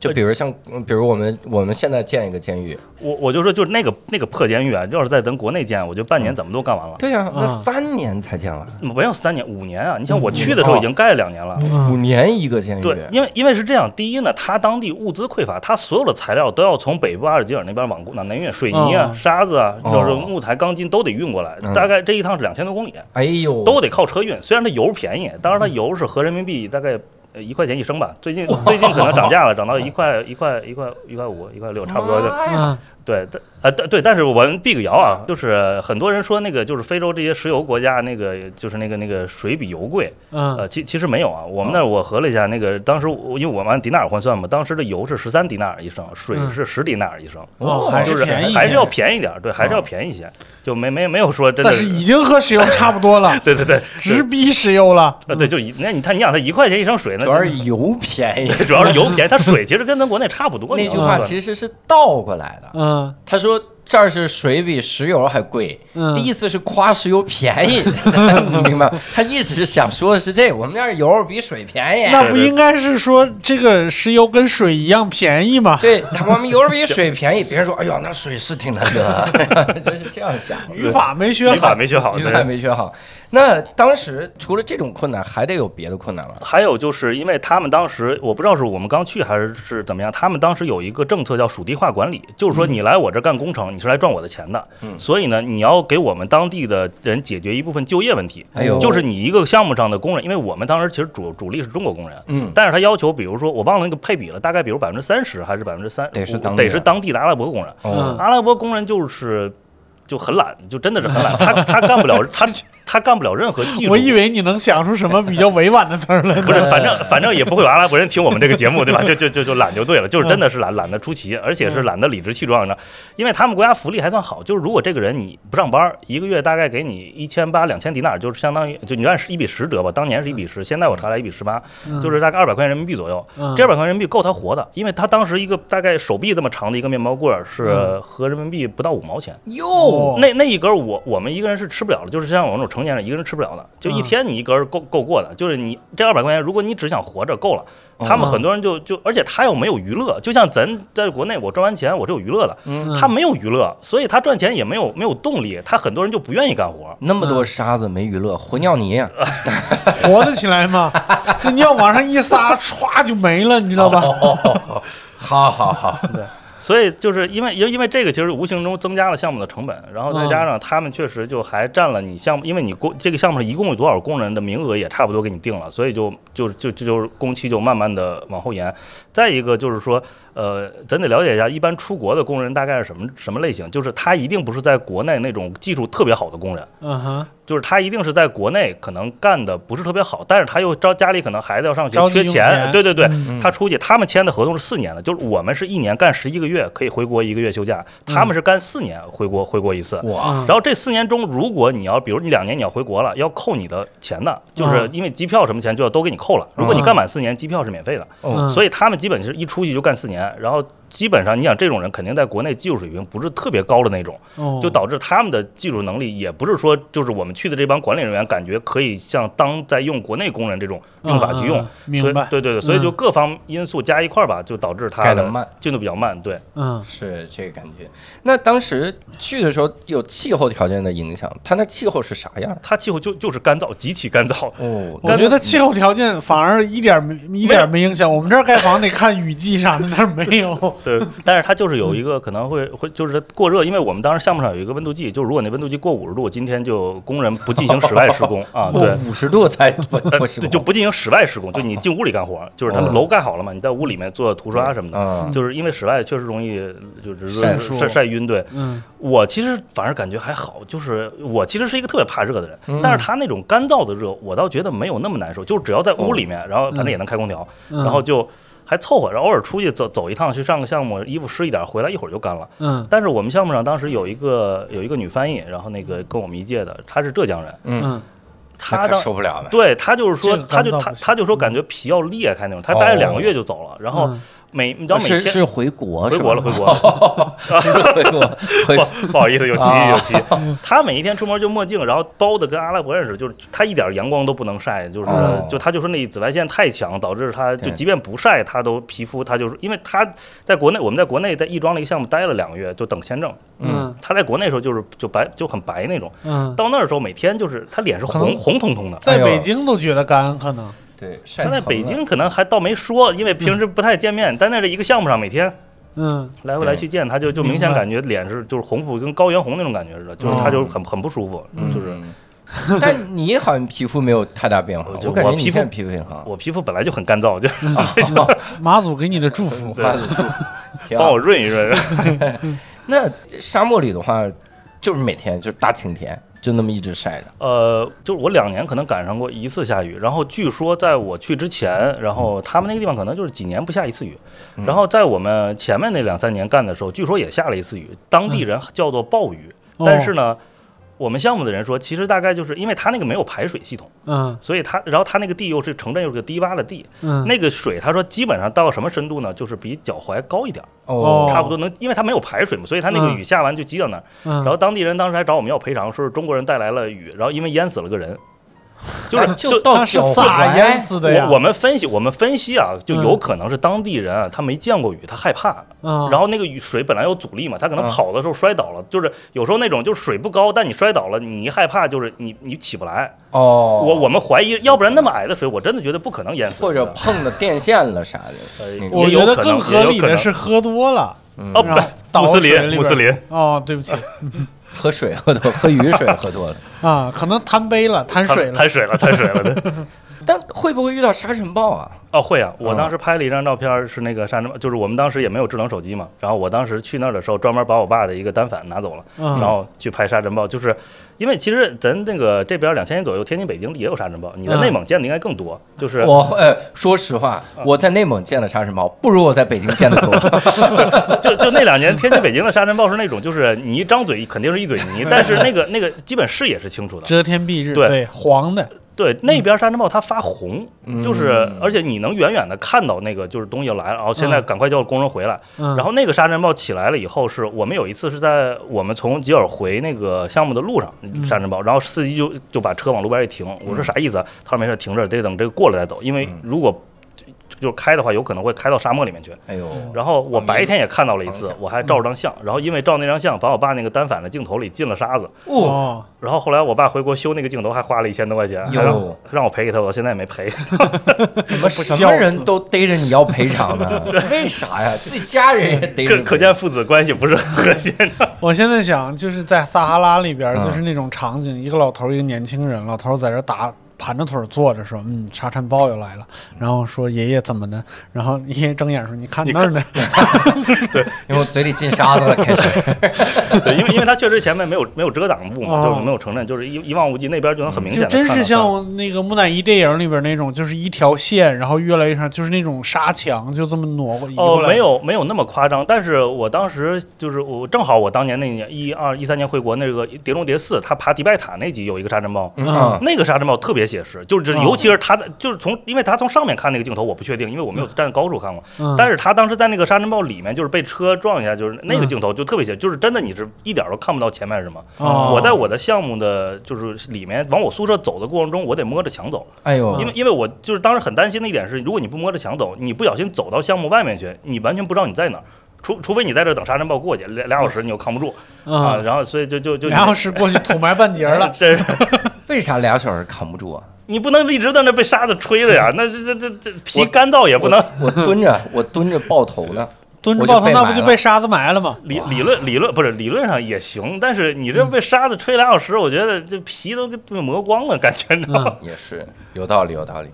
Speaker 1: 就比如像，嗯比如我们我们现在建一个监狱，
Speaker 6: 我我就说就是那个那个破监狱啊，要是在咱国内建，我觉得半
Speaker 1: 嗯
Speaker 6: 年怎么都干完了，
Speaker 1: 对呀、那
Speaker 4: 啊
Speaker 1: 三年才建完，
Speaker 6: 没有三年五年啊！你想我去的
Speaker 1: 嗯
Speaker 6: 时候已经盖了两年了。
Speaker 4: 啊
Speaker 1: 五年一个监狱，
Speaker 6: 对，因为因为是这样，第一呢，它当地物资匮乏，它所有的材料都要从北部阿尔及尔那边往往南运，水泥啊、
Speaker 4: 哦
Speaker 6: 沙子啊，就是
Speaker 1: 嗯哦
Speaker 6: 木材、钢筋都得运过来
Speaker 1: 嗯，
Speaker 6: 大概这一趟是两千多公里。
Speaker 1: 哎呦，
Speaker 6: 都得靠车运。虽然它油便
Speaker 4: 嗯
Speaker 6: 宜，当然它油是合人民币大概呃一块钱一升 吧。最近最近可能涨价了，涨到一块一块一块一块五一块六，差不多的。
Speaker 1: 妈呀
Speaker 4: 嗯
Speaker 6: 对，但啊对对，但是我们避个谣啊，就是很多人说那个就是非洲这些石油国家那个就是那个那个水比油贵，
Speaker 4: 嗯
Speaker 6: 呃，其其实没有啊。我们那儿我核了一下，那个当时我因为我们按迪纳尔换算嘛，当时的油是十三迪纳尔一升，水
Speaker 4: 嗯
Speaker 6: 是十迪纳尔一升，
Speaker 4: 哦还是
Speaker 6: 就是
Speaker 4: 便宜一些
Speaker 6: 还是要便宜点儿，对，还是要便宜一些，就没没没有说真的，
Speaker 4: 但是已经和石油差不多了
Speaker 6: 对对 对，
Speaker 4: 直逼石油了。
Speaker 6: 啊，对，就一那你看，你想它一块钱一升水，那
Speaker 1: 主要是油 便宜。
Speaker 6: 主要 是油便宜，它水其实跟咱国内差不多。
Speaker 1: 那
Speaker 6: 你
Speaker 1: 句
Speaker 6: 知道吗
Speaker 1: 话其实是倒过来的，
Speaker 4: 嗯
Speaker 1: 他说这儿是水比石油还贵，
Speaker 4: 嗯
Speaker 1: 的意思是夸石油便 宜，你明白吗？他一直想说的是这个，我们那儿油比水便宜。
Speaker 4: 那不应该是说这个石油跟水一样便宜吗？
Speaker 1: 对，他我们油比水便宜，别人说，哎呦，那水是挺难 得，真是这样想。
Speaker 4: 语法没学
Speaker 6: 语法
Speaker 4: 好，
Speaker 6: 没学好，
Speaker 1: 语
Speaker 6: 对
Speaker 1: 法没学好，那当时除了这种困难，还得有别的困难吧？
Speaker 6: 还有就是因为他们当时，我不知道是我们刚去还是是怎么样，他们当时有一个政策叫属地化管理，就是说你来我这儿干工程，你是来赚我的钱的，
Speaker 1: 嗯
Speaker 6: 所以呢，你要给我们当地的人解决一部分就业问题。
Speaker 1: 哎呦
Speaker 6: 就是你一个项目上的工人，因为我们当时其实主主力是中国工人，
Speaker 1: 嗯，
Speaker 6: 但是他要求，比如说我忘了那个配比了，大概比如百分之三十还是百分之三，
Speaker 1: 得是当地
Speaker 6: 得
Speaker 1: 人
Speaker 6: 是当地的阿拉伯工人。
Speaker 1: 哦，
Speaker 6: 阿拉伯工人就是就很懒，就真的是很懒，他他干不了，他他干不了任何技术。
Speaker 4: 我以为你能想出什么比较委婉的词儿来。
Speaker 6: 不是，反正反正也不会有阿拉伯人听我们这个节目，对吧？就就就就懒就对了，就是真的是懒，懒得出奇，而且是
Speaker 4: 嗯
Speaker 6: 懒得理直气壮的。因为他们国家福利还算好，就是如果这个人你不上班，一个月大概给你一千八两千迪纳尔，就是相当于就你按一比十得吧，当年是一比十，现在我查来一比十八，就是大概二百块钱人民币左右。
Speaker 4: 嗯
Speaker 6: 这二百块钱人民币够他活的，因为他当时一个大概手臂这么长的一个面包棍儿
Speaker 4: 嗯
Speaker 6: 是合人民币不到五毛钱。
Speaker 4: 哦
Speaker 1: 哟，
Speaker 6: 那那一根儿我我们一个人是吃不了的，就是像我们这种成年人一个人吃不了的，就一
Speaker 4: 嗯
Speaker 6: 天你一根儿够够过的，就是你这二百块钱，如果你只想活着够了，
Speaker 4: 哦
Speaker 6: 他们很多人就就，而且他又没有娱乐，就像咱在国内我赚完钱我是有娱乐的，
Speaker 4: 嗯
Speaker 6: 他没有娱乐，所以他赚钱也没有没有动力，他很多人就不愿意干活。
Speaker 1: 那么
Speaker 4: 嗯
Speaker 1: 多沙子没娱乐，活尿泥啊呀！
Speaker 4: 活得起来 吗？这你要往上一撒，歘就没了，你知道吧？
Speaker 1: 哦， 好好好，
Speaker 6: 所以就是因为因为因为这个，其实无形中增加了项目的成本，然后再加上他们确实就还占了你项目，因为你工这个项目上一共有多少工人的名额也差不多给你定了，所以就就就就就是工期就慢慢的往后延。再一个就是说，呃，咱得了解一下，一般出国的工人大概是什么什么类型？就是他一定不是在国内那种技术特别好的工人，
Speaker 4: 嗯哼，
Speaker 6: 就是他一定是在国内可能干的不是特别好，但是他又招家里可能孩子要上学
Speaker 4: 着急
Speaker 6: 缺
Speaker 4: 用钱
Speaker 6: 对对对，
Speaker 4: 嗯
Speaker 6: 他出去他们签的合同是四年的，就是我们是一年干十一个月可以回国一个月休假，他们是干四年回国回国一次。
Speaker 1: 哇，
Speaker 6: 然后这四年中，如果你要比如你两年你要回国了，要扣你的钱的，就是
Speaker 4: 嗯
Speaker 6: 因为机票什么钱就要都给你扣了。如果你
Speaker 4: 嗯
Speaker 6: 干满四年，机票是免费的，
Speaker 1: 哦
Speaker 6: 所以他们基本是一出去就干四年，然后基本上，你想这种人肯定在国内技术水平不是特别高的那种，
Speaker 4: 哦
Speaker 6: 就导致他们的技术能力也不是说就是我们去的这帮管理人员感觉可以像当在用国内工人这种用法去用，
Speaker 4: 啊啊啊明白嗯
Speaker 6: 所以对对对，所以就各方因素加一块儿吧，就导致他
Speaker 1: 改
Speaker 6: 的
Speaker 1: 得慢
Speaker 6: 进度比较慢。对，
Speaker 4: 嗯
Speaker 1: 是这个感觉。那当时去的时候有气候条件的影响，它那气候是啥样？
Speaker 6: 它气候就就是干燥，极其干燥。
Speaker 1: 哦，
Speaker 4: 我觉得气候条件反而一点儿没一点儿没影响，我们这儿盖房得看雨季啥的，那儿没有。
Speaker 6: 对，但是它就是有一
Speaker 4: 嗯
Speaker 6: 个可能会会就是过热，因为我们当时项目上有一个温度计，就如果那温度计过五十度，今天就工人不进行室外施工
Speaker 4: 哦
Speaker 6: 啊，对。
Speaker 1: 哦五十度才不
Speaker 6: 呃
Speaker 1: 不是
Speaker 6: 对就不进行室外施工，就你进屋里干活，就是他们
Speaker 1: 嗯
Speaker 6: 楼盖好了嘛，你在屋里面做涂刷什么的，
Speaker 1: 啊，
Speaker 6: 就是因为室外确实容易就是
Speaker 1: 晒
Speaker 6: 晒
Speaker 1: 树
Speaker 6: 晒晒晕。对
Speaker 4: 嗯，
Speaker 6: 我其实反而感觉还好，就是我其实是一个特别怕热的
Speaker 1: 嗯
Speaker 6: 人，但是他那种干燥的热，我倒觉得没有那么难受，就是只要在屋里
Speaker 1: 嗯
Speaker 6: 面，然后反正也能开空调，
Speaker 4: 嗯
Speaker 6: 然后就还凑合，然后偶尔出去走走一趟，去上个项目，衣服湿一点，回来一会儿就干了。
Speaker 4: 嗯
Speaker 6: 但是我们项目上当时有一个有一个女翻译，然后那个跟我们一届的，她是浙江人，
Speaker 1: 嗯，
Speaker 4: 嗯，
Speaker 6: 她
Speaker 1: 那可
Speaker 6: 当
Speaker 1: 受不了了。
Speaker 6: 对她就是
Speaker 4: 这
Speaker 6: 说，
Speaker 4: 个
Speaker 6: 她
Speaker 4: 干
Speaker 6: 就
Speaker 4: 燥
Speaker 6: 她
Speaker 4: 不行
Speaker 6: 她就说感觉皮要裂开那种，她待了两个月就走了，然后
Speaker 4: 嗯
Speaker 6: 每你知道每
Speaker 1: 哦是
Speaker 6: 天。
Speaker 1: 是回国
Speaker 6: 回
Speaker 1: 是
Speaker 6: 国
Speaker 1: 吧
Speaker 6: 了，回国了，
Speaker 1: 回国回国
Speaker 6: 不不好意思，有歧义，
Speaker 1: 啊
Speaker 6: 有歧义。她每一天出门就墨镜，然后包的跟阿拉伯人似的，就是她一点阳光都不能晒，就是
Speaker 1: 哦
Speaker 6: 就她就说那紫外线太强，导致她就
Speaker 1: 对
Speaker 6: 即便不晒，她都皮肤她就是因为她在国内，我们在国内在亦庄那个项目待了两个月，就等签证。
Speaker 4: 嗯
Speaker 6: 她在国内的时候就是就白就很白那种，
Speaker 4: 嗯，
Speaker 6: 到那儿的时候，每天就是他脸是
Speaker 1: 可能
Speaker 6: 红红彤彤的。
Speaker 4: 在北京都觉得干，可能
Speaker 1: 对，晒
Speaker 6: 他在
Speaker 1: 疼
Speaker 6: 北
Speaker 1: 了
Speaker 6: 京可能还倒没说，因为平时不太见面，但那是一个项目上每天
Speaker 4: 嗯
Speaker 6: 来回来去见，他就就
Speaker 4: 明
Speaker 6: 明显
Speaker 4: 白
Speaker 6: 感觉脸是就是红普跟高原红那种感觉似的，就是他就很很不舒服，就是。
Speaker 1: 嗯 但你好像皮肤没有太大变化
Speaker 6: 我，就
Speaker 1: 我感觉
Speaker 6: 我
Speaker 1: 你
Speaker 6: 皮肤
Speaker 1: 现在皮肤很好。
Speaker 6: 我皮肤本来就很干燥，就
Speaker 4: 马祖给你的祝 福。
Speaker 1: 妈的挺
Speaker 6: 帮
Speaker 1: 好
Speaker 6: 我润一润。
Speaker 1: 那沙漠里的话，就是每天就大晴天，就那么一直晒着。
Speaker 6: 呃，就是我两年可能赶上过一次下雨，然后据说在我去之前，然后他们那个地方可能就是几年不下一次雨，
Speaker 1: 嗯
Speaker 6: 然后在我们前面那两三年干的时候，据说也下了一次雨，当地人叫做暴雨，
Speaker 4: 哦
Speaker 6: 但是呢。我们项目的人说，其实大概就是因为他那个没有排水系统，
Speaker 4: 嗯
Speaker 6: 所以他，然后他那个地又是城镇又是个低洼的地，
Speaker 4: 嗯，
Speaker 6: 那个水他说基本上到什么深度呢？就是比脚踝高一点儿，
Speaker 4: 哦
Speaker 6: 差不多能，因为他没有排水嘛，所以他那个
Speaker 4: 嗯
Speaker 6: 雨下完就积到那儿，
Speaker 4: 然
Speaker 6: 然后当地人当时还找我们要赔偿，说是中国人带来了雨，然后因为淹死了 个人，就是
Speaker 4: 啊
Speaker 1: 那
Speaker 6: 就。
Speaker 1: 到
Speaker 4: 那是
Speaker 1: 脚
Speaker 4: 咋
Speaker 1: 踝
Speaker 4: 淹死的呀？
Speaker 6: 我我们分析，我们分析啊，就有
Speaker 4: 嗯
Speaker 6: 可能是当地人啊，他没见过雨，他害怕，
Speaker 4: 嗯，
Speaker 6: 然后那个雨水本来有阻力嘛，他可能
Speaker 1: 嗯
Speaker 6: 跑的时候摔倒了，就是有时候那种就是水不高，但你摔倒了，你一害怕就是你你起不来。
Speaker 1: 哦，
Speaker 6: 我我们怀疑，要不然那么矮的水，我真的觉得不可能淹死人
Speaker 1: 或者
Speaker 6: 的。
Speaker 1: 碰了电线了啥
Speaker 6: 呃
Speaker 1: 的，那个
Speaker 4: 我觉得
Speaker 6: 也有可能
Speaker 4: 更合理
Speaker 6: 也有可
Speaker 4: 的
Speaker 6: 能
Speaker 4: 是喝多了，
Speaker 6: 哦
Speaker 4: 然后
Speaker 6: 不，
Speaker 4: 倒
Speaker 6: 穆斯
Speaker 4: 水里
Speaker 6: 林
Speaker 4: 边
Speaker 6: 穆斯林，
Speaker 4: 哦，对不起
Speaker 1: 喝水喝多，喝雨水喝多了。
Speaker 4: 啊，可能贪杯了，贪水了
Speaker 6: 贪。水了，贪水 了对。
Speaker 1: 但会不会遇到沙尘暴啊？
Speaker 6: 哦，会啊！我
Speaker 1: 嗯
Speaker 6: 当时拍了一张照片，是那个沙尘，就是我们当时也没有智能手机嘛。然后我当时去那儿的时候，专门把我爸的一个单反拿走了，
Speaker 4: 嗯
Speaker 6: 然后去拍沙尘暴。就是因为其实咱那个这边两千年左右，天津、北京也有沙尘暴，你在
Speaker 4: 嗯
Speaker 6: 内蒙见的应该更多。就是
Speaker 1: 我呃，说实话，
Speaker 6: 嗯
Speaker 1: 我在内蒙见的沙尘暴不如我在北京见的多。
Speaker 6: 就就那两年，天津、北京的沙尘暴是那种，就是你一张嘴肯定是一嘴 泥，但是那个那个基本视野是清楚的。
Speaker 4: 遮天蔽日，
Speaker 6: 对
Speaker 4: 对黄的，
Speaker 6: 对，那边沙尘暴它发红，就是
Speaker 1: 嗯
Speaker 6: 而且你能远远的看到那个就是东西来了，然后现在
Speaker 4: 嗯
Speaker 6: 赶快叫工人回来。
Speaker 4: 嗯，
Speaker 6: 然后那个沙尘暴起来了以后，是我们有一次是在我们从吉尔回那个项目的路上沙尘暴，然后司机就就把车往路边一停，我说啥意思啊？他说没事，停这儿，得等这个过了再走，因为如果就就开的话，有可能会开到沙漠里面去。
Speaker 1: 哎呦，
Speaker 6: 然后我白天也看到了一次
Speaker 1: 嗯，
Speaker 6: 我还照了张相，然后因为照那张相，把我爸那个单反的镜头里进了沙子。
Speaker 4: 哦，
Speaker 6: 然后后来我爸回国修那个镜头还花了一千多块钱，还让
Speaker 1: 哟
Speaker 6: 让我赔给他，我现在也没赔。
Speaker 1: 怎么什么人都逮着你要赔偿 呢？为啥呀？自己家人也逮着
Speaker 6: 可
Speaker 1: 你。
Speaker 6: 可见父子关系不是很和谐。
Speaker 4: 我现在想就是在撒哈拉里边儿，
Speaker 1: 嗯
Speaker 4: 就是那种场景，一个老头儿，一个年轻人，老头儿在这儿打。盘着腿儿坐着说：“嗯，沙尘暴又来了。”然后说：“爷爷怎么的？”然后爷爷睁眼说：“你看那儿呢。
Speaker 1: 因为我嘴里进沙子了，开 始。
Speaker 6: 对，因为因为它确实前面没有没有遮挡物嘛，
Speaker 4: 哦
Speaker 6: 就是没有城镇，就是一一望无际，那边就能很明”显
Speaker 4: 就
Speaker 6: 的
Speaker 4: 真是
Speaker 6: 哦
Speaker 4: 像那个木乃伊电影里边那种，就是一条线，然后越来越长，就是那种沙墙，就这么挪过移过
Speaker 6: 哦，
Speaker 4: 来。
Speaker 6: 没，有没有那么夸张，但是我当时就是我正好我当年那年一二一三年回国那个《碟中谍四》，他爬迪拜塔那集有一个沙尘暴，
Speaker 1: 嗯
Speaker 6: 那个沙尘暴特别写实，就是
Speaker 4: 哦
Speaker 6: 这尤其是他的，就是从因为他从上面看那个镜头，我不确定，因为我没有站高处看过。
Speaker 4: 嗯
Speaker 6: 但是他当时在那个沙尘暴里面，就是被车撞一下，就是那个
Speaker 4: 嗯
Speaker 6: 镜头就特别写，就是真的你是一点儿都看不到前面是什么。
Speaker 4: 哦
Speaker 6: 我在我的项目的就是里面往我宿舍走的过程中，我得摸着墙走，
Speaker 1: 哎呦，
Speaker 6: 因为因为我就是当时很担心的一点是，如果你不摸着墙走，你不小心走到项目外面去，你完全不知道你在哪儿。除除非你在这儿等沙尘暴过去，俩俩小时你又扛不住、啊，
Speaker 4: 嗯，
Speaker 6: 然后所以就就就，
Speaker 4: 然后是过去土埋半截儿了
Speaker 6: 真是
Speaker 1: 为啥俩小时扛不住 啊？
Speaker 6: 你不能一直在那被沙子吹着呀，那这这这这皮
Speaker 1: 我
Speaker 6: 干燥也不能。
Speaker 1: 我蹲着，我蹲着爆头呢。
Speaker 4: 蹲着
Speaker 1: 我就
Speaker 4: 抱头
Speaker 1: 被
Speaker 4: 那
Speaker 1: 埋
Speaker 4: 不就
Speaker 1: 了
Speaker 4: 被沙子埋了吗？
Speaker 6: 理理论理论不是理论上也行，但是你
Speaker 1: 嗯
Speaker 6: 这被沙子吹俩小时，我觉得这皮都给磨光了，感
Speaker 1: 嗯
Speaker 6: 觉你知道吗？
Speaker 1: 也是有道理，有道理。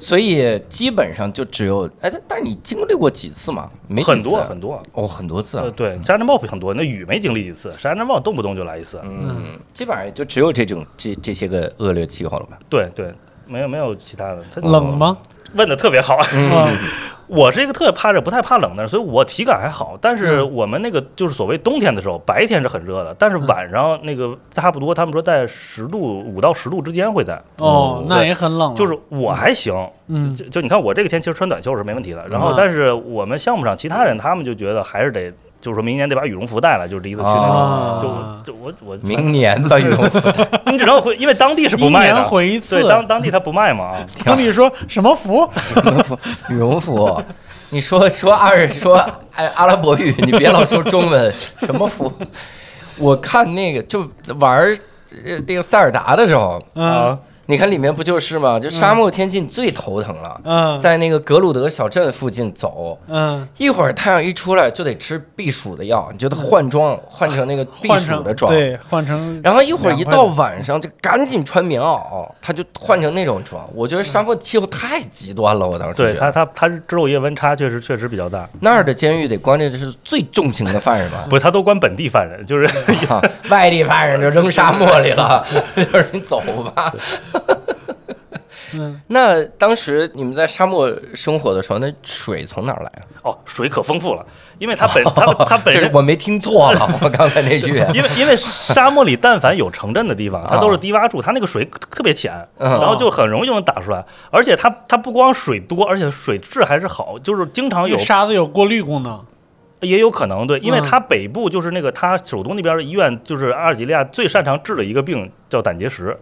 Speaker 1: 所以基本上就只有哎，但但是你经历过几次嘛？没几
Speaker 6: 很多
Speaker 1: 次
Speaker 6: 很多。
Speaker 1: 哦，很多次啊
Speaker 6: 呃，。对，沙尘暴很多，那雨没经历几次，沙尘暴动不动就来一次。
Speaker 1: 嗯，基本上也就只有这种这这些个恶劣气候了吧？
Speaker 6: 对对，没有没有其他的。他
Speaker 4: 冷吗？
Speaker 6: 问的特别好，
Speaker 1: 嗯
Speaker 4: 啊，
Speaker 6: 我是一个特别怕热、不太怕冷的人，所以我体感还好。但是
Speaker 1: 嗯
Speaker 6: 我们那个就是所谓冬天的时候，白天是很热的，但是晚上那个差不多，他们说在十度五到十度之间会在，
Speaker 4: 哦
Speaker 6: 嗯，
Speaker 4: 那
Speaker 6: 对
Speaker 4: 也很冷了，
Speaker 6: 就是我还行。
Speaker 4: 嗯
Speaker 6: 就就你看我这个天其实穿短袖是没问题的，然后
Speaker 4: 嗯
Speaker 6: 但是我们项目上其他人他们就觉得还是得，就是说明年得把羽绒服带来，就是第一次去那种。
Speaker 4: 啊
Speaker 6: 就我就我我，
Speaker 1: 明年吧，羽绒服
Speaker 6: 你只能回，因为当地是不
Speaker 4: 一
Speaker 6: 卖
Speaker 4: 年
Speaker 6: 的，
Speaker 4: 回一
Speaker 6: 对
Speaker 4: 次。
Speaker 6: 当当地他不卖嘛 啊。
Speaker 4: 跟你说什么福？
Speaker 1: 羽绒服，你说说二说哎阿拉伯语，你别老说中 文，什么服？我看那个就玩儿呃那个塞尔达的时候，
Speaker 6: 啊
Speaker 4: 嗯
Speaker 1: 你看里面不就是吗？就沙漠天境最头疼了，
Speaker 4: 嗯
Speaker 1: 在那个格鲁德小镇附近走。
Speaker 4: 嗯，
Speaker 1: 一会儿太阳一出来就得吃避暑的药，你就得换装， 换成那个避
Speaker 4: 换
Speaker 1: 暑
Speaker 4: 成
Speaker 1: 的装。
Speaker 4: 对，换成
Speaker 1: 然后一会儿一
Speaker 4: 凉快
Speaker 1: 到
Speaker 4: 的
Speaker 1: 晚上就赶紧穿棉袄，他就换成那种装。我觉得沙漠气候太极端了，我当时
Speaker 6: 对
Speaker 1: 觉
Speaker 6: 他
Speaker 4: 啊
Speaker 1: 得
Speaker 6: 他他昼夜温差确实确实比较大，？
Speaker 1: 那儿的监狱得关的是最重刑的犯人吧
Speaker 6: 不是他都关本地犯人，就是
Speaker 4: 嗯
Speaker 1: 啊 外地犯人就扔沙漠里了，就是你走吧。
Speaker 4: 嗯，
Speaker 1: 那当时你们在沙漠生活的时候，那水从哪儿来啊？
Speaker 6: 哦，水可丰富了，因为它本它它 本
Speaker 1: 这
Speaker 6: 身
Speaker 1: 是我没听错了， 我刚才那句。
Speaker 6: 因为因为沙漠里但凡有城镇的地方，它
Speaker 1: 啊
Speaker 6: 都是低洼处，它那个水特别浅，
Speaker 1: 嗯
Speaker 6: 然后就很容易就能打出来。而且它它不光水多，而且水质还是好，就是经常
Speaker 4: 因
Speaker 6: 有
Speaker 4: 为，沙子有过滤功能。
Speaker 6: 也有可能对，因为
Speaker 4: 嗯
Speaker 6: 它北部就是那个它首都那边的医院，就是阿尔及利亚最擅长治的一个病叫胆结石。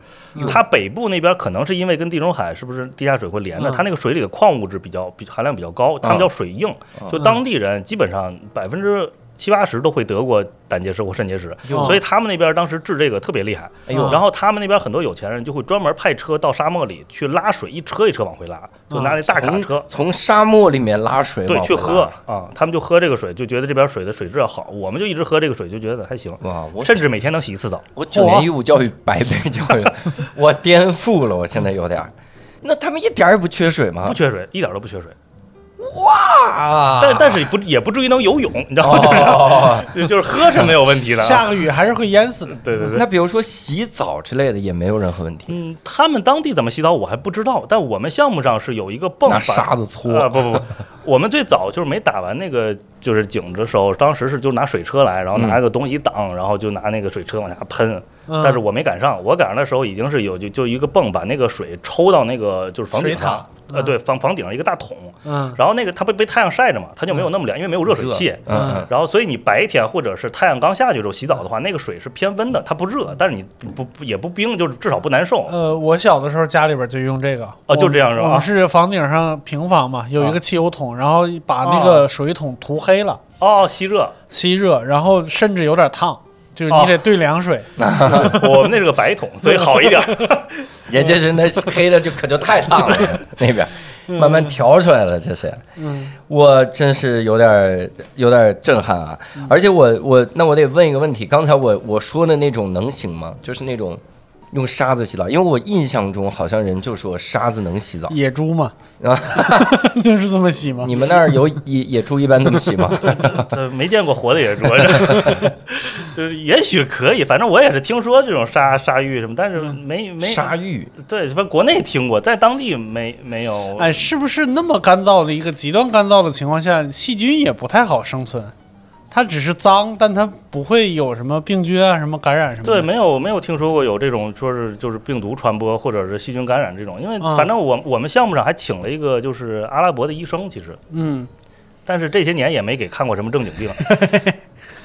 Speaker 6: 它北部那边可能是因为跟地中海是不是地下水会连着，
Speaker 4: 嗯
Speaker 6: 它那个水里的矿物质比较比含量比较高，他们叫水硬，就当地人基本上百分之。七八十都会得过胆结石或肾结石，
Speaker 4: 哟
Speaker 6: 所以他们那边当时治这个特别厉害。
Speaker 1: 哎呦
Speaker 6: 然后他们那边很多有钱人就会专门派车到沙漠里去拉水，一车一车往回拉，就拿那大卡
Speaker 1: 从
Speaker 6: 车，
Speaker 1: 从沙漠里面拉水
Speaker 6: 对，
Speaker 1: 往
Speaker 6: 去
Speaker 1: 回
Speaker 6: 喝
Speaker 1: 拉。
Speaker 6: 啊，他们就喝这个水，就觉得这边水的水质要好，我们就一直喝这个水，就觉得还行，
Speaker 1: 哇，我
Speaker 6: 甚至每天能洗一次澡。
Speaker 1: 我九年义务教育白被教 育，我颠覆了，我现在有点儿。那他们一点儿也不缺水吗？
Speaker 6: 不缺水，一点都不缺水，
Speaker 1: 啊！
Speaker 6: 但但是也不也不至于能游泳，你知道吗？就是
Speaker 1: 哦，
Speaker 6: 就就是喝是没有问题的啊。
Speaker 4: 下个雨还是会淹死的。
Speaker 6: 对对对。
Speaker 1: 那比如说洗澡之类的也没有任何问题，
Speaker 6: 嗯，他们当地怎么洗澡我还不知道，但我们项目上是有一个泵
Speaker 1: 拿
Speaker 6: 把
Speaker 1: 沙子搓
Speaker 6: 啊，不不不，我们最早就是没打完那个就是井的时候，当时是就拿水车来，然后
Speaker 1: 嗯
Speaker 6: 拿个东西挡，然后就拿那个水车往下喷。
Speaker 4: 嗯
Speaker 6: 但是我没赶上，我赶上的时候已经是有就就一个泵把那个水抽到那个就是房
Speaker 4: 水
Speaker 6: 顶上
Speaker 4: 塔，
Speaker 6: 呃，对，房房顶上一个大桶，
Speaker 4: 嗯
Speaker 6: 然后那个它被被太阳晒着嘛，它就没有那么凉，因为没有热水器。
Speaker 1: 嗯嗯，
Speaker 6: 然后，所以你白天或者是太阳刚下去的时候洗澡的话，那个水是偏温的，它不热，
Speaker 4: 嗯
Speaker 6: 但是你不不也不冰，就是至少不难受。
Speaker 4: 呃，我小的时候家里边就用这个
Speaker 6: 哦就这样是吧啊
Speaker 4: 我们是房顶上平房嘛，有一个汽油桶，然后把那个水桶涂黑了，
Speaker 6: 哦，吸 热，
Speaker 4: 吸热，然后甚至有点烫，就是
Speaker 6: 哦
Speaker 4: 你得兑凉水。
Speaker 6: 我们那是个白桶，所以好一点。
Speaker 1: 人家是那黑的就可就太烫了，那边慢慢调出来了，这是。
Speaker 4: 嗯
Speaker 1: 我真是有点儿有点儿震撼啊！而且我我那我得问一个问题，刚才我我说的那种能行吗？就是那种用沙子洗澡，因为我印象中好像人就说沙子能洗澡。
Speaker 4: 野猪 嘛，
Speaker 1: 啊，
Speaker 4: 那是这么洗吗？
Speaker 1: 你们那儿有野野猪一般这么洗吗？
Speaker 6: 这没见过活的野猪，这 就是也许可以，反正我也是听说这种鲨鲨鱼什么，但是没没
Speaker 1: 沙浴
Speaker 6: 对，反正国内听过，在当地没没有。
Speaker 4: 哎，是不是那么干燥的一个极端干燥的情况下，细菌也不太好生存？它只是脏，但它不会有什么病菌啊、什么感染什么的。
Speaker 6: 对，没有没有听说过有这种说是就是病毒传播或者是细菌感染这种，因为
Speaker 4: 啊
Speaker 6: 反正我我们项目上还请了一个就是阿拉伯的医生，其实，
Speaker 4: 嗯，
Speaker 6: 但是这些年也没给看过什么正经病。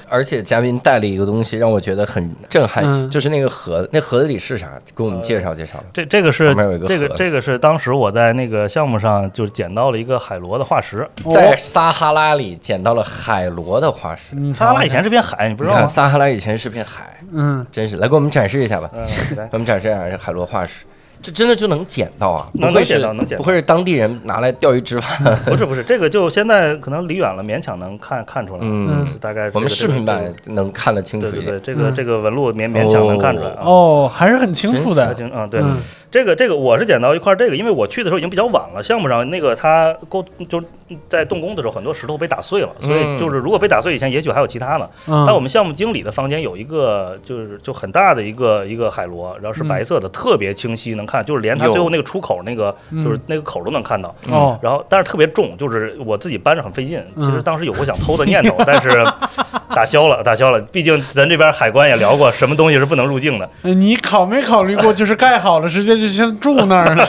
Speaker 1: 而且嘉宾带了一个东西，让我觉得很震撼，
Speaker 4: 嗯
Speaker 1: 就是那个盒，那盒子里是啥？给我们介绍介绍。
Speaker 6: 这这个是
Speaker 1: 旁边有一个
Speaker 6: 这个
Speaker 1: 盒
Speaker 6: 这个是当时我在那个项目上就是捡到了一个海螺的化石，
Speaker 1: 在撒哈拉里捡到了海螺的化石。
Speaker 4: 你
Speaker 6: 撒哈拉
Speaker 4: 瞧
Speaker 6: 以前是片海，你不
Speaker 1: 你
Speaker 6: 知道啊
Speaker 1: 看，
Speaker 6: 吗？
Speaker 1: 撒哈拉以前是片海，
Speaker 4: 嗯，
Speaker 1: 真是来给我们展示一下吧，
Speaker 6: 嗯，来
Speaker 1: 给我们展示一下这海螺化石。这真的就能捡到啊？
Speaker 6: 能
Speaker 1: 不会是
Speaker 6: 能捡到能捡到
Speaker 1: 不会是当地人拿来钓鱼执法？
Speaker 6: 不是不是，这个就现在可能离远了，勉强能看看出来。
Speaker 1: 嗯，
Speaker 6: 大概是
Speaker 1: 我们
Speaker 6: 这个
Speaker 1: 视频
Speaker 6: 这个
Speaker 1: 版能看得清楚
Speaker 6: 对
Speaker 1: 一点
Speaker 6: 对对，。这个
Speaker 4: 嗯
Speaker 6: 这个纹路勉勉强能看出来啊。
Speaker 4: 哦，还是很清楚
Speaker 6: 还
Speaker 4: 的。
Speaker 6: 行啊，对
Speaker 4: 嗯，
Speaker 6: 这个这个我是捡到一块这个，因为我去的时候已经比较晚了，项目上那个它沟就是在动工的时候，很多石头被打碎了，所以就是如果被打碎以前，也许还有其他呢。
Speaker 4: 嗯，
Speaker 6: 但我们项目经理的房间有一个就是就很大的一个一个海螺，然后
Speaker 4: 嗯
Speaker 6: 是白色的，特别清晰能看，就是连它
Speaker 1: 有
Speaker 6: 最后那个出口那个
Speaker 4: 嗯
Speaker 6: 就是那个口都能看到。
Speaker 4: 哦，
Speaker 6: 然后但是特别重，就是我自己搬着很费劲。
Speaker 4: 嗯
Speaker 6: 其实当时有过想偷的念头，但是 打消了，打消了。毕竟咱这边海关也聊过，什么东西是不能入境的。
Speaker 4: 你考没考虑过，就是盖好了，直接就先住那儿 了？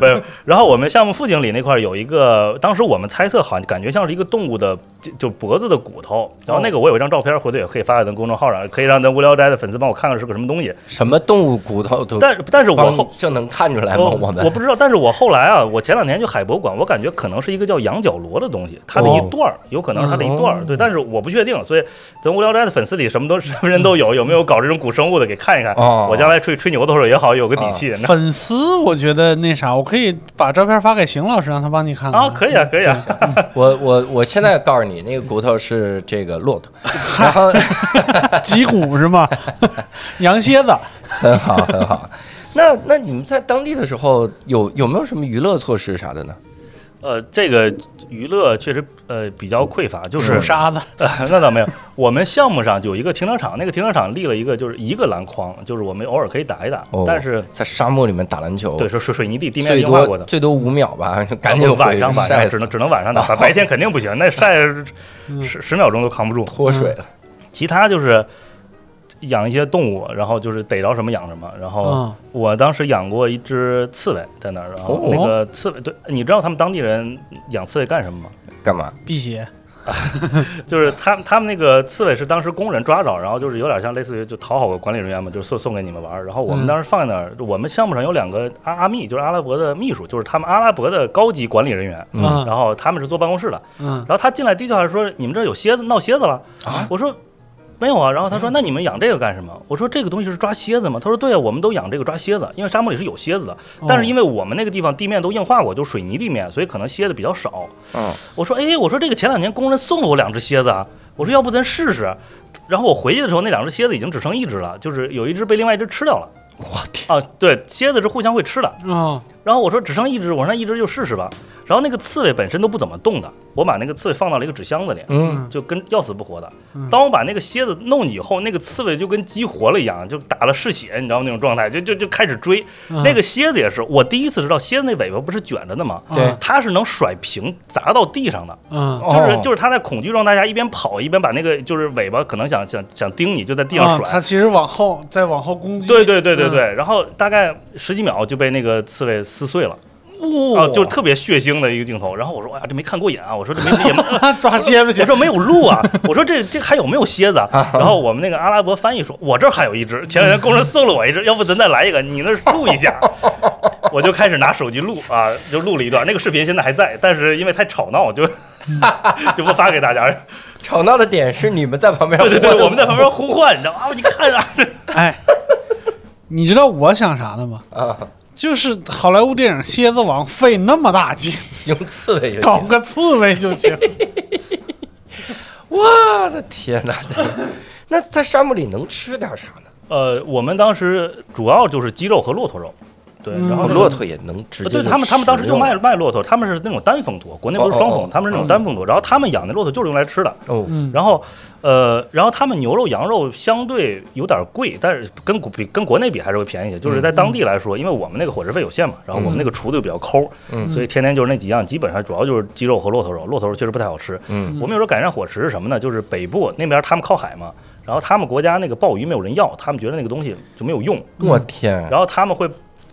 Speaker 6: 没有。然后我们项目副经理那块儿有一个，当时我们猜测好像感觉像是一个动物的就就脖子的骨头。然后那个
Speaker 1: 哦
Speaker 6: 我有一张照片，回头也可以发在咱公众号上，可以让咱无聊斋的粉丝帮我看看是个什么东西。
Speaker 1: 什么动物骨头都，
Speaker 6: 但但是我后。
Speaker 1: 这能看出来吗？
Speaker 6: 我
Speaker 1: 我们
Speaker 6: 我不知道，但是我后来啊，我前两天去海博馆，我感觉可能是一个叫羊角螺的东西，它的一
Speaker 1: 哦
Speaker 6: 段儿，有可能是它的一段儿，
Speaker 1: 嗯
Speaker 6: 对，但是我不确定，所以咱无聊斋的粉丝里什么都什么人都有，有没有搞这种古生物的给看一看？
Speaker 1: 哦
Speaker 6: 我将来吹吹牛的时候也好，有个底
Speaker 1: 哦
Speaker 6: 气。那
Speaker 4: 粉丝，我觉得那啥，我可以把照片发给邢老师，让他帮你看看
Speaker 6: 啊，可以啊，可以啊，
Speaker 1: 我我我现在告诉你，那个骨头是这个骆 驼，然后
Speaker 4: 脊骨是吗？羊蝎子，
Speaker 1: 很好很好。那那你们在当地的时候有有没有什么娱乐措施啥的呢？
Speaker 6: 呃，这个娱乐确实呃比较匮乏，就是
Speaker 4: 煮沙子，
Speaker 6: 呃，那倒没有。我们项目上有一个停车场，那个停车场立了一个就是一个篮筐，就是我们偶尔可以打一打，
Speaker 1: 哦
Speaker 6: 但是
Speaker 1: 在沙漠里面打篮球，
Speaker 6: 对是水水泥地，地面
Speaker 1: 最
Speaker 6: 硬化过
Speaker 1: 多
Speaker 6: 的。嗯呃
Speaker 1: 最多五秒吧， 赶紧
Speaker 6: 晚
Speaker 1: 回
Speaker 6: 上晚
Speaker 1: 晒死哦
Speaker 6: 上只能只能晚上打，白天肯定不行，那晒十十秒钟都扛不住。
Speaker 1: 脱水了。
Speaker 6: 其他就是养一些动物，然后就是逮着什么养什么。然后
Speaker 4: 嗯
Speaker 6: 我当时养过一只刺猬在那儿，然后
Speaker 1: 哦
Speaker 6: 那个刺猬，对，你知道他们当地人养刺猬干什么吗？
Speaker 1: 干嘛？
Speaker 4: 辟邪。
Speaker 6: 就是他们他们那个刺猬是当时工人抓着，然后就是有点像类似于就讨好个管理人员嘛，就是送送给你们玩儿。然后我们
Speaker 4: 嗯
Speaker 6: 当时放在那儿，我们项目上有两个阿阿密，就是阿拉伯的秘书，就是他们阿拉伯的高级管理人员。
Speaker 1: 嗯
Speaker 4: 嗯
Speaker 6: 然后他们是坐办公室的，
Speaker 4: 嗯，
Speaker 6: 然后他进来第一句话是说：“你们这儿有蝎子，闹蝎子了。”
Speaker 1: 啊
Speaker 6: 我说。没有啊，然后他
Speaker 4: 嗯
Speaker 6: 说：“那你们养这个干什么？”我说：“这个东西是抓蝎子吗？”他说：“对啊，我们都养这个抓蝎子，因为沙漠里是有蝎子的。
Speaker 4: 嗯哦
Speaker 6: 但是因为我们那个地方地面都硬化过，就是水泥地面，所以可能蝎子比较少。
Speaker 1: 嗯，
Speaker 6: 我说，哎，我说这个前两年工人送了我两只蝎子啊，我说要不咱试试。然后我回去的时候，那两只蝎子已经只剩一只了，就是有一只被另外一只吃掉了。
Speaker 1: 我天，
Speaker 6: 啊，对，蝎子是互相会吃的。
Speaker 4: 哦，
Speaker 6: 然后我说只剩一只，我说那一只就试试吧。然后那个刺猬本身都不怎么动的，我把那个刺猬放到了一个纸箱子里，
Speaker 1: 嗯，
Speaker 6: 就跟要死不活的
Speaker 4: 嗯。
Speaker 6: 当我把那个蝎子弄以后，那个刺猬就跟激活了一样，就打了嗜血，你知道吗那种状态，就就就开始追。那
Speaker 4: 那
Speaker 6: 个蝎子也是，我第一次知道蝎子那尾巴不是卷着的吗？
Speaker 1: 对
Speaker 6: 它是能甩平砸到地上的，
Speaker 4: 嗯，
Speaker 6: 就是
Speaker 1: 哦
Speaker 6: 就是它在恐惧状态下一边跑一边把那个就是尾巴可能想想想盯你，就在地上
Speaker 4: 啊它
Speaker 6: 甩。
Speaker 4: 其实往后再往后攻击。
Speaker 6: 对对对对
Speaker 4: 嗯
Speaker 6: 对，然后大概十几秒就被那个刺猬撕碎了，
Speaker 1: 哇
Speaker 6: 啊，
Speaker 1: 哦
Speaker 6: 就特别血腥的一个镜头。然后我说，哎呀，这没看过瘾啊！我说这没也没，
Speaker 4: 嗯 抓蝎子
Speaker 6: 我
Speaker 4: 去。
Speaker 6: 说没有路 啊！我说这这还有没有蝎子啊？然后我们那个阿拉伯翻译说，我这儿还有一只，前两天工人送了我一只，要不咱再来一个，你那儿录 一下。我就开始拿手机录啊，就录了一段，那个视频现在还在，但是因为太吵闹，就
Speaker 1: 嗯
Speaker 6: 就不发给大家。
Speaker 1: 吵闹的点是你们在旁边，
Speaker 6: 对对对，我们在旁边呼唤，你知道吗？啊你看啊，
Speaker 4: 哎，你知道我想啥呢吗？
Speaker 1: 啊，
Speaker 4: 就是好莱坞电影《蝎子王》费那么大劲，
Speaker 1: 用刺猬游
Speaker 4: 搞
Speaker 1: 戏。
Speaker 4: 个刺猬就 行。
Speaker 1: 我的天哪！那在沙漠里能吃点啥呢？
Speaker 6: 呃，我们当时主要就是鸡肉和骆驼肉，对，
Speaker 4: 嗯
Speaker 6: 然后那
Speaker 1: 骆
Speaker 6: 个呃
Speaker 1: 驼也能直接
Speaker 6: 对
Speaker 1: 就
Speaker 6: 他们，他们当时
Speaker 1: 使
Speaker 6: 就
Speaker 1: 用
Speaker 6: 卖
Speaker 1: 了
Speaker 6: 卖骆驼，他们是那种单峰驼，国内不是双
Speaker 1: 哦哦
Speaker 6: 峰
Speaker 1: 哦，
Speaker 6: 他们是那种单峰驼。然后他们养的骆驼就是用来吃的。
Speaker 1: 哦，
Speaker 4: 嗯，
Speaker 6: 然后，呃，然后他们牛肉、羊肉相对有点贵，但是跟国比跟国内比还是会便宜一些。
Speaker 1: 嗯
Speaker 6: 就是在当地来说，因为我们那个伙食费有限嘛，然后我们那个厨子又比较抠，
Speaker 1: 嗯
Speaker 6: 所以天天就是那几样，基本上主要就是鸡肉和骆驼肉。骆驼肉确实不太好吃。
Speaker 1: 嗯
Speaker 6: 我们有时候改善伙食是什么呢？就是北部那边他们靠海嘛，然后他们国家那个鲍鱼没有人要，他们觉得那个东西就没有用，
Speaker 1: 我天，啊
Speaker 6: 然后他们会。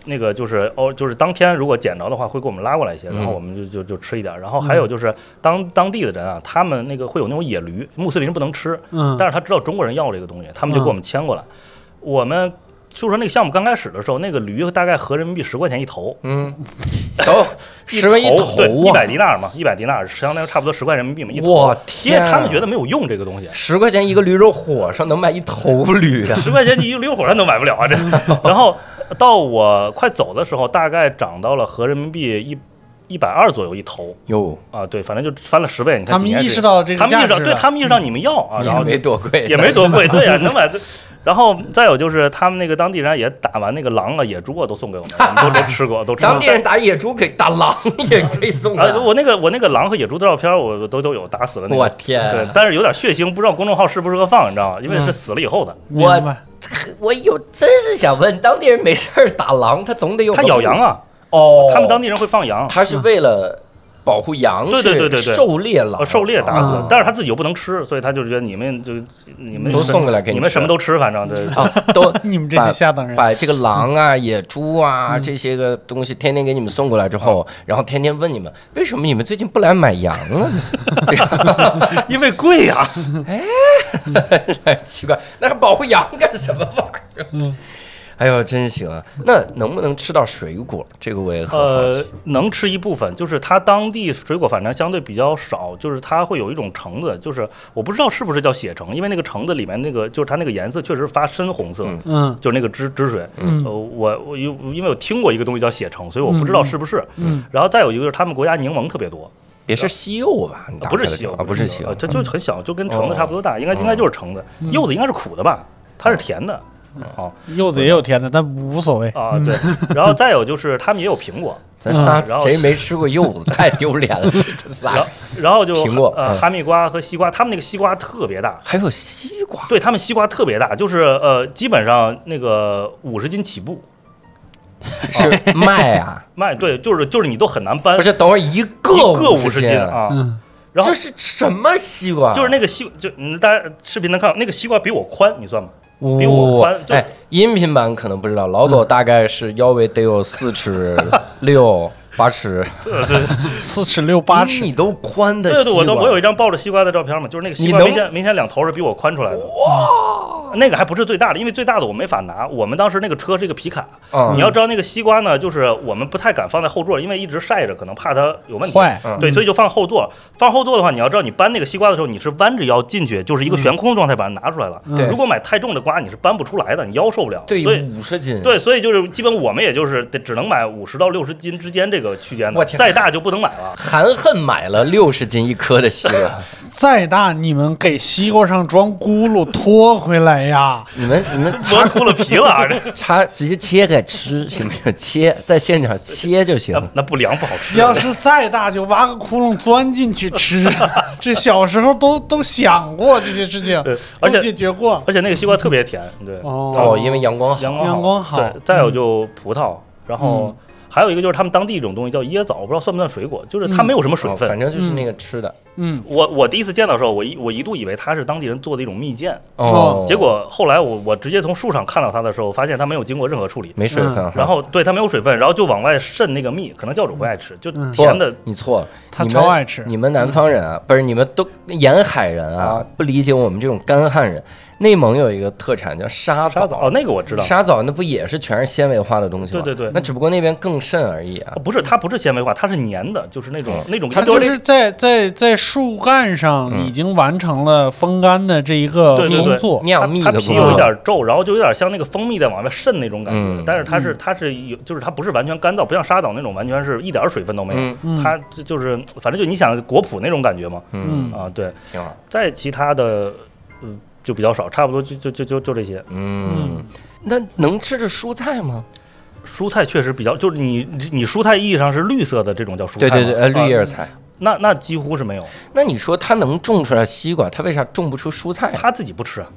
Speaker 6: 那个就是哦，就是当天如果捡着的话，会给我们拉过来一些，
Speaker 1: 嗯
Speaker 6: 然后我们就就就吃一点儿。然后还有就是当当地的人啊，他们那个会有那种野驴，穆斯林不能吃，
Speaker 4: 嗯，
Speaker 6: 但是他知道中国人要这个东西，他们就给我们牵过来。
Speaker 1: 嗯
Speaker 6: 我们就说那个项目刚开始的时候，那个驴大概合人民币十块钱一头，
Speaker 1: 嗯， 都十块一
Speaker 6: 头对，
Speaker 1: 头
Speaker 6: 一百
Speaker 1: 啊，
Speaker 6: 迪纳尔嘛，一百迪纳尔相当于差不多十块人民币嘛一头。
Speaker 1: 我
Speaker 6: 因为
Speaker 1: 天啊，，
Speaker 6: 他们觉得没有用这个东西
Speaker 1: 十块钱一个驴肉火烧能卖一头 驴啊，
Speaker 6: 十块钱你一个驴火山都买不 了啊这。然后到我快走的时候，大概涨到了合人民币一。一百二左右一头
Speaker 1: 哟，
Speaker 6: 啊，对，反正就翻了十倍。你看
Speaker 4: 他们
Speaker 6: 几年
Speaker 4: 意识
Speaker 6: 时间
Speaker 4: 到这个
Speaker 6: 他们意识
Speaker 4: 价
Speaker 6: 到，
Speaker 4: 值
Speaker 6: 对
Speaker 4: 了嗯
Speaker 6: 他们意识到你们要啊，然后
Speaker 1: 也没多贵，
Speaker 6: 也没多贵， 对呀、啊能买对。然后再有就是他们那个当地人也打完那个狼啊、野猪啊都送给我们，我们都都吃过，都吃过。
Speaker 1: 当地人打野猪可以，打 狼也可以送
Speaker 6: 啊，
Speaker 1: 的。
Speaker 6: 我那个我那个狼和野猪的照片我都都有打死了那
Speaker 1: 我
Speaker 6: 个。
Speaker 1: 天，啊嗯
Speaker 6: 对，但是有点血腥，不知道公众号适不适合放，你知道吗？因为是死了以后的，
Speaker 4: 明白
Speaker 1: 我有真是想问，当地人没事儿打狼，他总得有
Speaker 6: 他
Speaker 1: 个
Speaker 6: 咬羊啊，
Speaker 1: 哦，
Speaker 6: 他们当地人会放羊，
Speaker 1: 他是为了保护羊，
Speaker 6: 对对对对对
Speaker 1: 狩猎狼，
Speaker 6: 呃狩猎打死
Speaker 1: 啊
Speaker 6: 的，
Speaker 4: 嗯
Speaker 6: 但是他自己又不能吃，所以他就觉得你们就你们
Speaker 1: 都送过来给你
Speaker 6: 你们
Speaker 1: 吃
Speaker 6: 什么都吃，反正对。
Speaker 1: 啊， 都
Speaker 4: 你们这些下等人，
Speaker 1: 把这个狼啊、野猪
Speaker 6: 嗯
Speaker 1: 啊这些个东西天天给你们送过来之后，然后天天问你们为什么你们最近不来买羊啊了呢？
Speaker 6: 因为贵呀、
Speaker 1: 奇怪，那还保护羊干什么玩意儿？
Speaker 6: 嗯
Speaker 1: 哎呦，真行啊！那能不能吃到水果？这个我也很好奇。
Speaker 6: 呃，能吃一部分，就是它当地水果反正相对比较少，就是它会有一种橙子，就是我不知道是不是叫血橙，因为那个橙子里面那个就是它那个颜色确实发深红色，
Speaker 1: 嗯
Speaker 4: 嗯
Speaker 6: 就是那个汁汁水。
Speaker 4: 嗯
Speaker 6: 呃，我我因因为我听过一个东西叫血橙，所以我不知道是不是。
Speaker 4: 嗯
Speaker 6: 然后再有一个就是他们国家柠檬特别多，
Speaker 1: 别是西柚吧？你
Speaker 6: 呃
Speaker 1: 打
Speaker 6: 不是
Speaker 1: 开了
Speaker 6: 西
Speaker 1: 之后
Speaker 6: 柚
Speaker 1: 啊，不是西柚
Speaker 6: 呃，它就很小，就跟橙
Speaker 1: 哦嗯
Speaker 6: 子差不多大，应该应该就是橙子。柚子应该是苦的吧？它是甜的。哦
Speaker 4: 柚子也有甜的，但无所谓。
Speaker 6: 啊，对，
Speaker 1: 嗯
Speaker 6: 然后再有就是他们也有苹果，
Speaker 1: 咱仨
Speaker 6: 嗯然后
Speaker 1: 谁没吃过柚子？ 太丢脸了，这仨
Speaker 6: 然后然后就
Speaker 1: 苹果
Speaker 6: 呃
Speaker 1: 嗯
Speaker 6: 哈密瓜和西瓜，他们那个西瓜特别大，
Speaker 1: 还有西瓜。
Speaker 6: 对他们西瓜特别大，就是呃基本上那个五十斤起步
Speaker 1: 是卖啊，
Speaker 6: 卖，对，就是就是你都很难搬，
Speaker 1: 不是？等会儿一
Speaker 6: 呃一
Speaker 1: 个
Speaker 6: 个五十
Speaker 1: 斤
Speaker 6: 斤，啊，
Speaker 4: 嗯，
Speaker 6: 然后
Speaker 1: 这是什么西瓜？啊
Speaker 6: 就是那个西，就嗯，大家视频能看到，那个西瓜比我宽，你算吗？
Speaker 1: 比
Speaker 6: 比我宽就嗯
Speaker 1: 哎，音频版可能不知道，老狗大概是腰围得有四尺六八 尺，
Speaker 4: 四尺六八
Speaker 1: 比
Speaker 6: 嗯
Speaker 4: 尺，
Speaker 1: 你都宽的
Speaker 6: 对对，我都
Speaker 1: 西瓜
Speaker 6: 我有一张抱着西瓜的照片嘛，就是那个西
Speaker 1: 你
Speaker 6: 瓜
Speaker 1: 能
Speaker 6: 明显明显两头是比我宽出来的。哇，那个还不是最大的，因为最大的我没法拿。我们当时那个车是一个皮卡，
Speaker 1: 嗯
Speaker 6: 你要知道那个西瓜呢，就是我们不太敢放在后座，因为一直晒着，可能怕它有问题。
Speaker 4: 坏
Speaker 1: 嗯
Speaker 6: 对，所以就放后座。放后座的话，你要知道，你搬那个西瓜的时候，你是弯着腰进去，就是一个悬空状态把它拿出来了。
Speaker 1: 嗯对
Speaker 6: 如果买太重的瓜，你是搬不出来的，你腰受不了。所
Speaker 1: 对嗯
Speaker 6: 以
Speaker 1: 五十斤，，
Speaker 6: 对，所以就是基本我们也就是得只能买五十到六十斤之间这个区间
Speaker 1: 我
Speaker 6: 的，
Speaker 1: 天
Speaker 6: 再大就不能买 了。
Speaker 1: 含恨买了六十斤一颗的西 瓜，
Speaker 4: 再大你们给西瓜上装轱辘拖回来呀！
Speaker 1: 你们你 们
Speaker 6: 磨秃了皮了啊，这
Speaker 1: 插直接切开吃行不行？切在现场切就行
Speaker 6: 那。那不凉不好吃。
Speaker 4: 要是再大就挖个窟窿钻进去吃， 这小时候都都想过这些事情，
Speaker 6: 对，
Speaker 4: 都
Speaker 6: 而且呃
Speaker 4: 解决过。
Speaker 6: 而且那个西瓜特别甜，对，
Speaker 4: 啊哦
Speaker 1: 哦，因为阳光好，
Speaker 6: 阳光
Speaker 4: 阳光好嗯
Speaker 6: 对，再有就葡萄，然后还有一个就是他们当地一种东西叫椰枣，我不知道算不算水果，就是它没有什么水
Speaker 1: 哦
Speaker 6: 分
Speaker 1: 反。正就是那个吃的。
Speaker 4: 嗯，
Speaker 6: 我我第一次见到的时候，我一我一度以为它是当地人做的一种蜜饯，
Speaker 1: 哦，
Speaker 6: 嗯结果后来我我直接从树上看到它的时候，发现它没有经过任何处理，
Speaker 1: 没水分哈。
Speaker 6: 然后对它没有水分，然后就往外渗那个蜜，可能教主不爱吃，就
Speaker 4: 嗯
Speaker 1: 不
Speaker 6: 甜的。嗯
Speaker 1: 你错了，
Speaker 4: 他
Speaker 1: 你
Speaker 4: 超
Speaker 1: 们
Speaker 4: 爱吃
Speaker 1: 你们南方人啊，不是你们都沿海人啊，不理解我们这种干旱人。内蒙有一个特产叫沙
Speaker 6: 沙枣哦，那个我知道，
Speaker 1: 沙枣那不也是全是纤维化的东西吗？
Speaker 6: 对对对
Speaker 1: 那只不过那边更甚而已啊
Speaker 6: 哦。不是它不是纤维化，它是粘的，就是那
Speaker 1: 哦
Speaker 6: 种那种
Speaker 4: 它就是在在在树干上已经完成了风干的这一个
Speaker 6: 嗯对对
Speaker 4: 工
Speaker 6: 对
Speaker 4: 作。
Speaker 1: 酿蜜
Speaker 6: 它
Speaker 1: 的
Speaker 6: 它
Speaker 1: 工
Speaker 6: 皮
Speaker 1: 作
Speaker 6: 有一点皱，然后就有点像那个蜂蜜在往外渗那种感觉，
Speaker 1: 嗯
Speaker 6: 但是它是它是有，就是它不是完全干燥，不像沙枣那种完全是一点儿水分都没有，
Speaker 1: 嗯
Speaker 4: 嗯
Speaker 6: 它就就是反正就你想果脯那种感觉嘛，
Speaker 1: 嗯，
Speaker 4: 嗯，
Speaker 6: 啊对，
Speaker 1: 挺好。
Speaker 6: 再其他的嗯、就
Speaker 4: 嗯
Speaker 6: 比较少，差不多就就就就就这些。
Speaker 1: 嗯，那能吃着蔬菜吗？
Speaker 6: 蔬菜确实比较，就是你你蔬菜意义上是绿色的这种叫蔬菜
Speaker 1: 对
Speaker 6: 吗，
Speaker 1: 对对，呃，绿叶
Speaker 6: 啊
Speaker 1: 菜。
Speaker 6: 那那几乎是没 有，
Speaker 1: 那你说他能种出来西瓜，他为啥种不出蔬菜啊？
Speaker 6: 他自己不吃啊，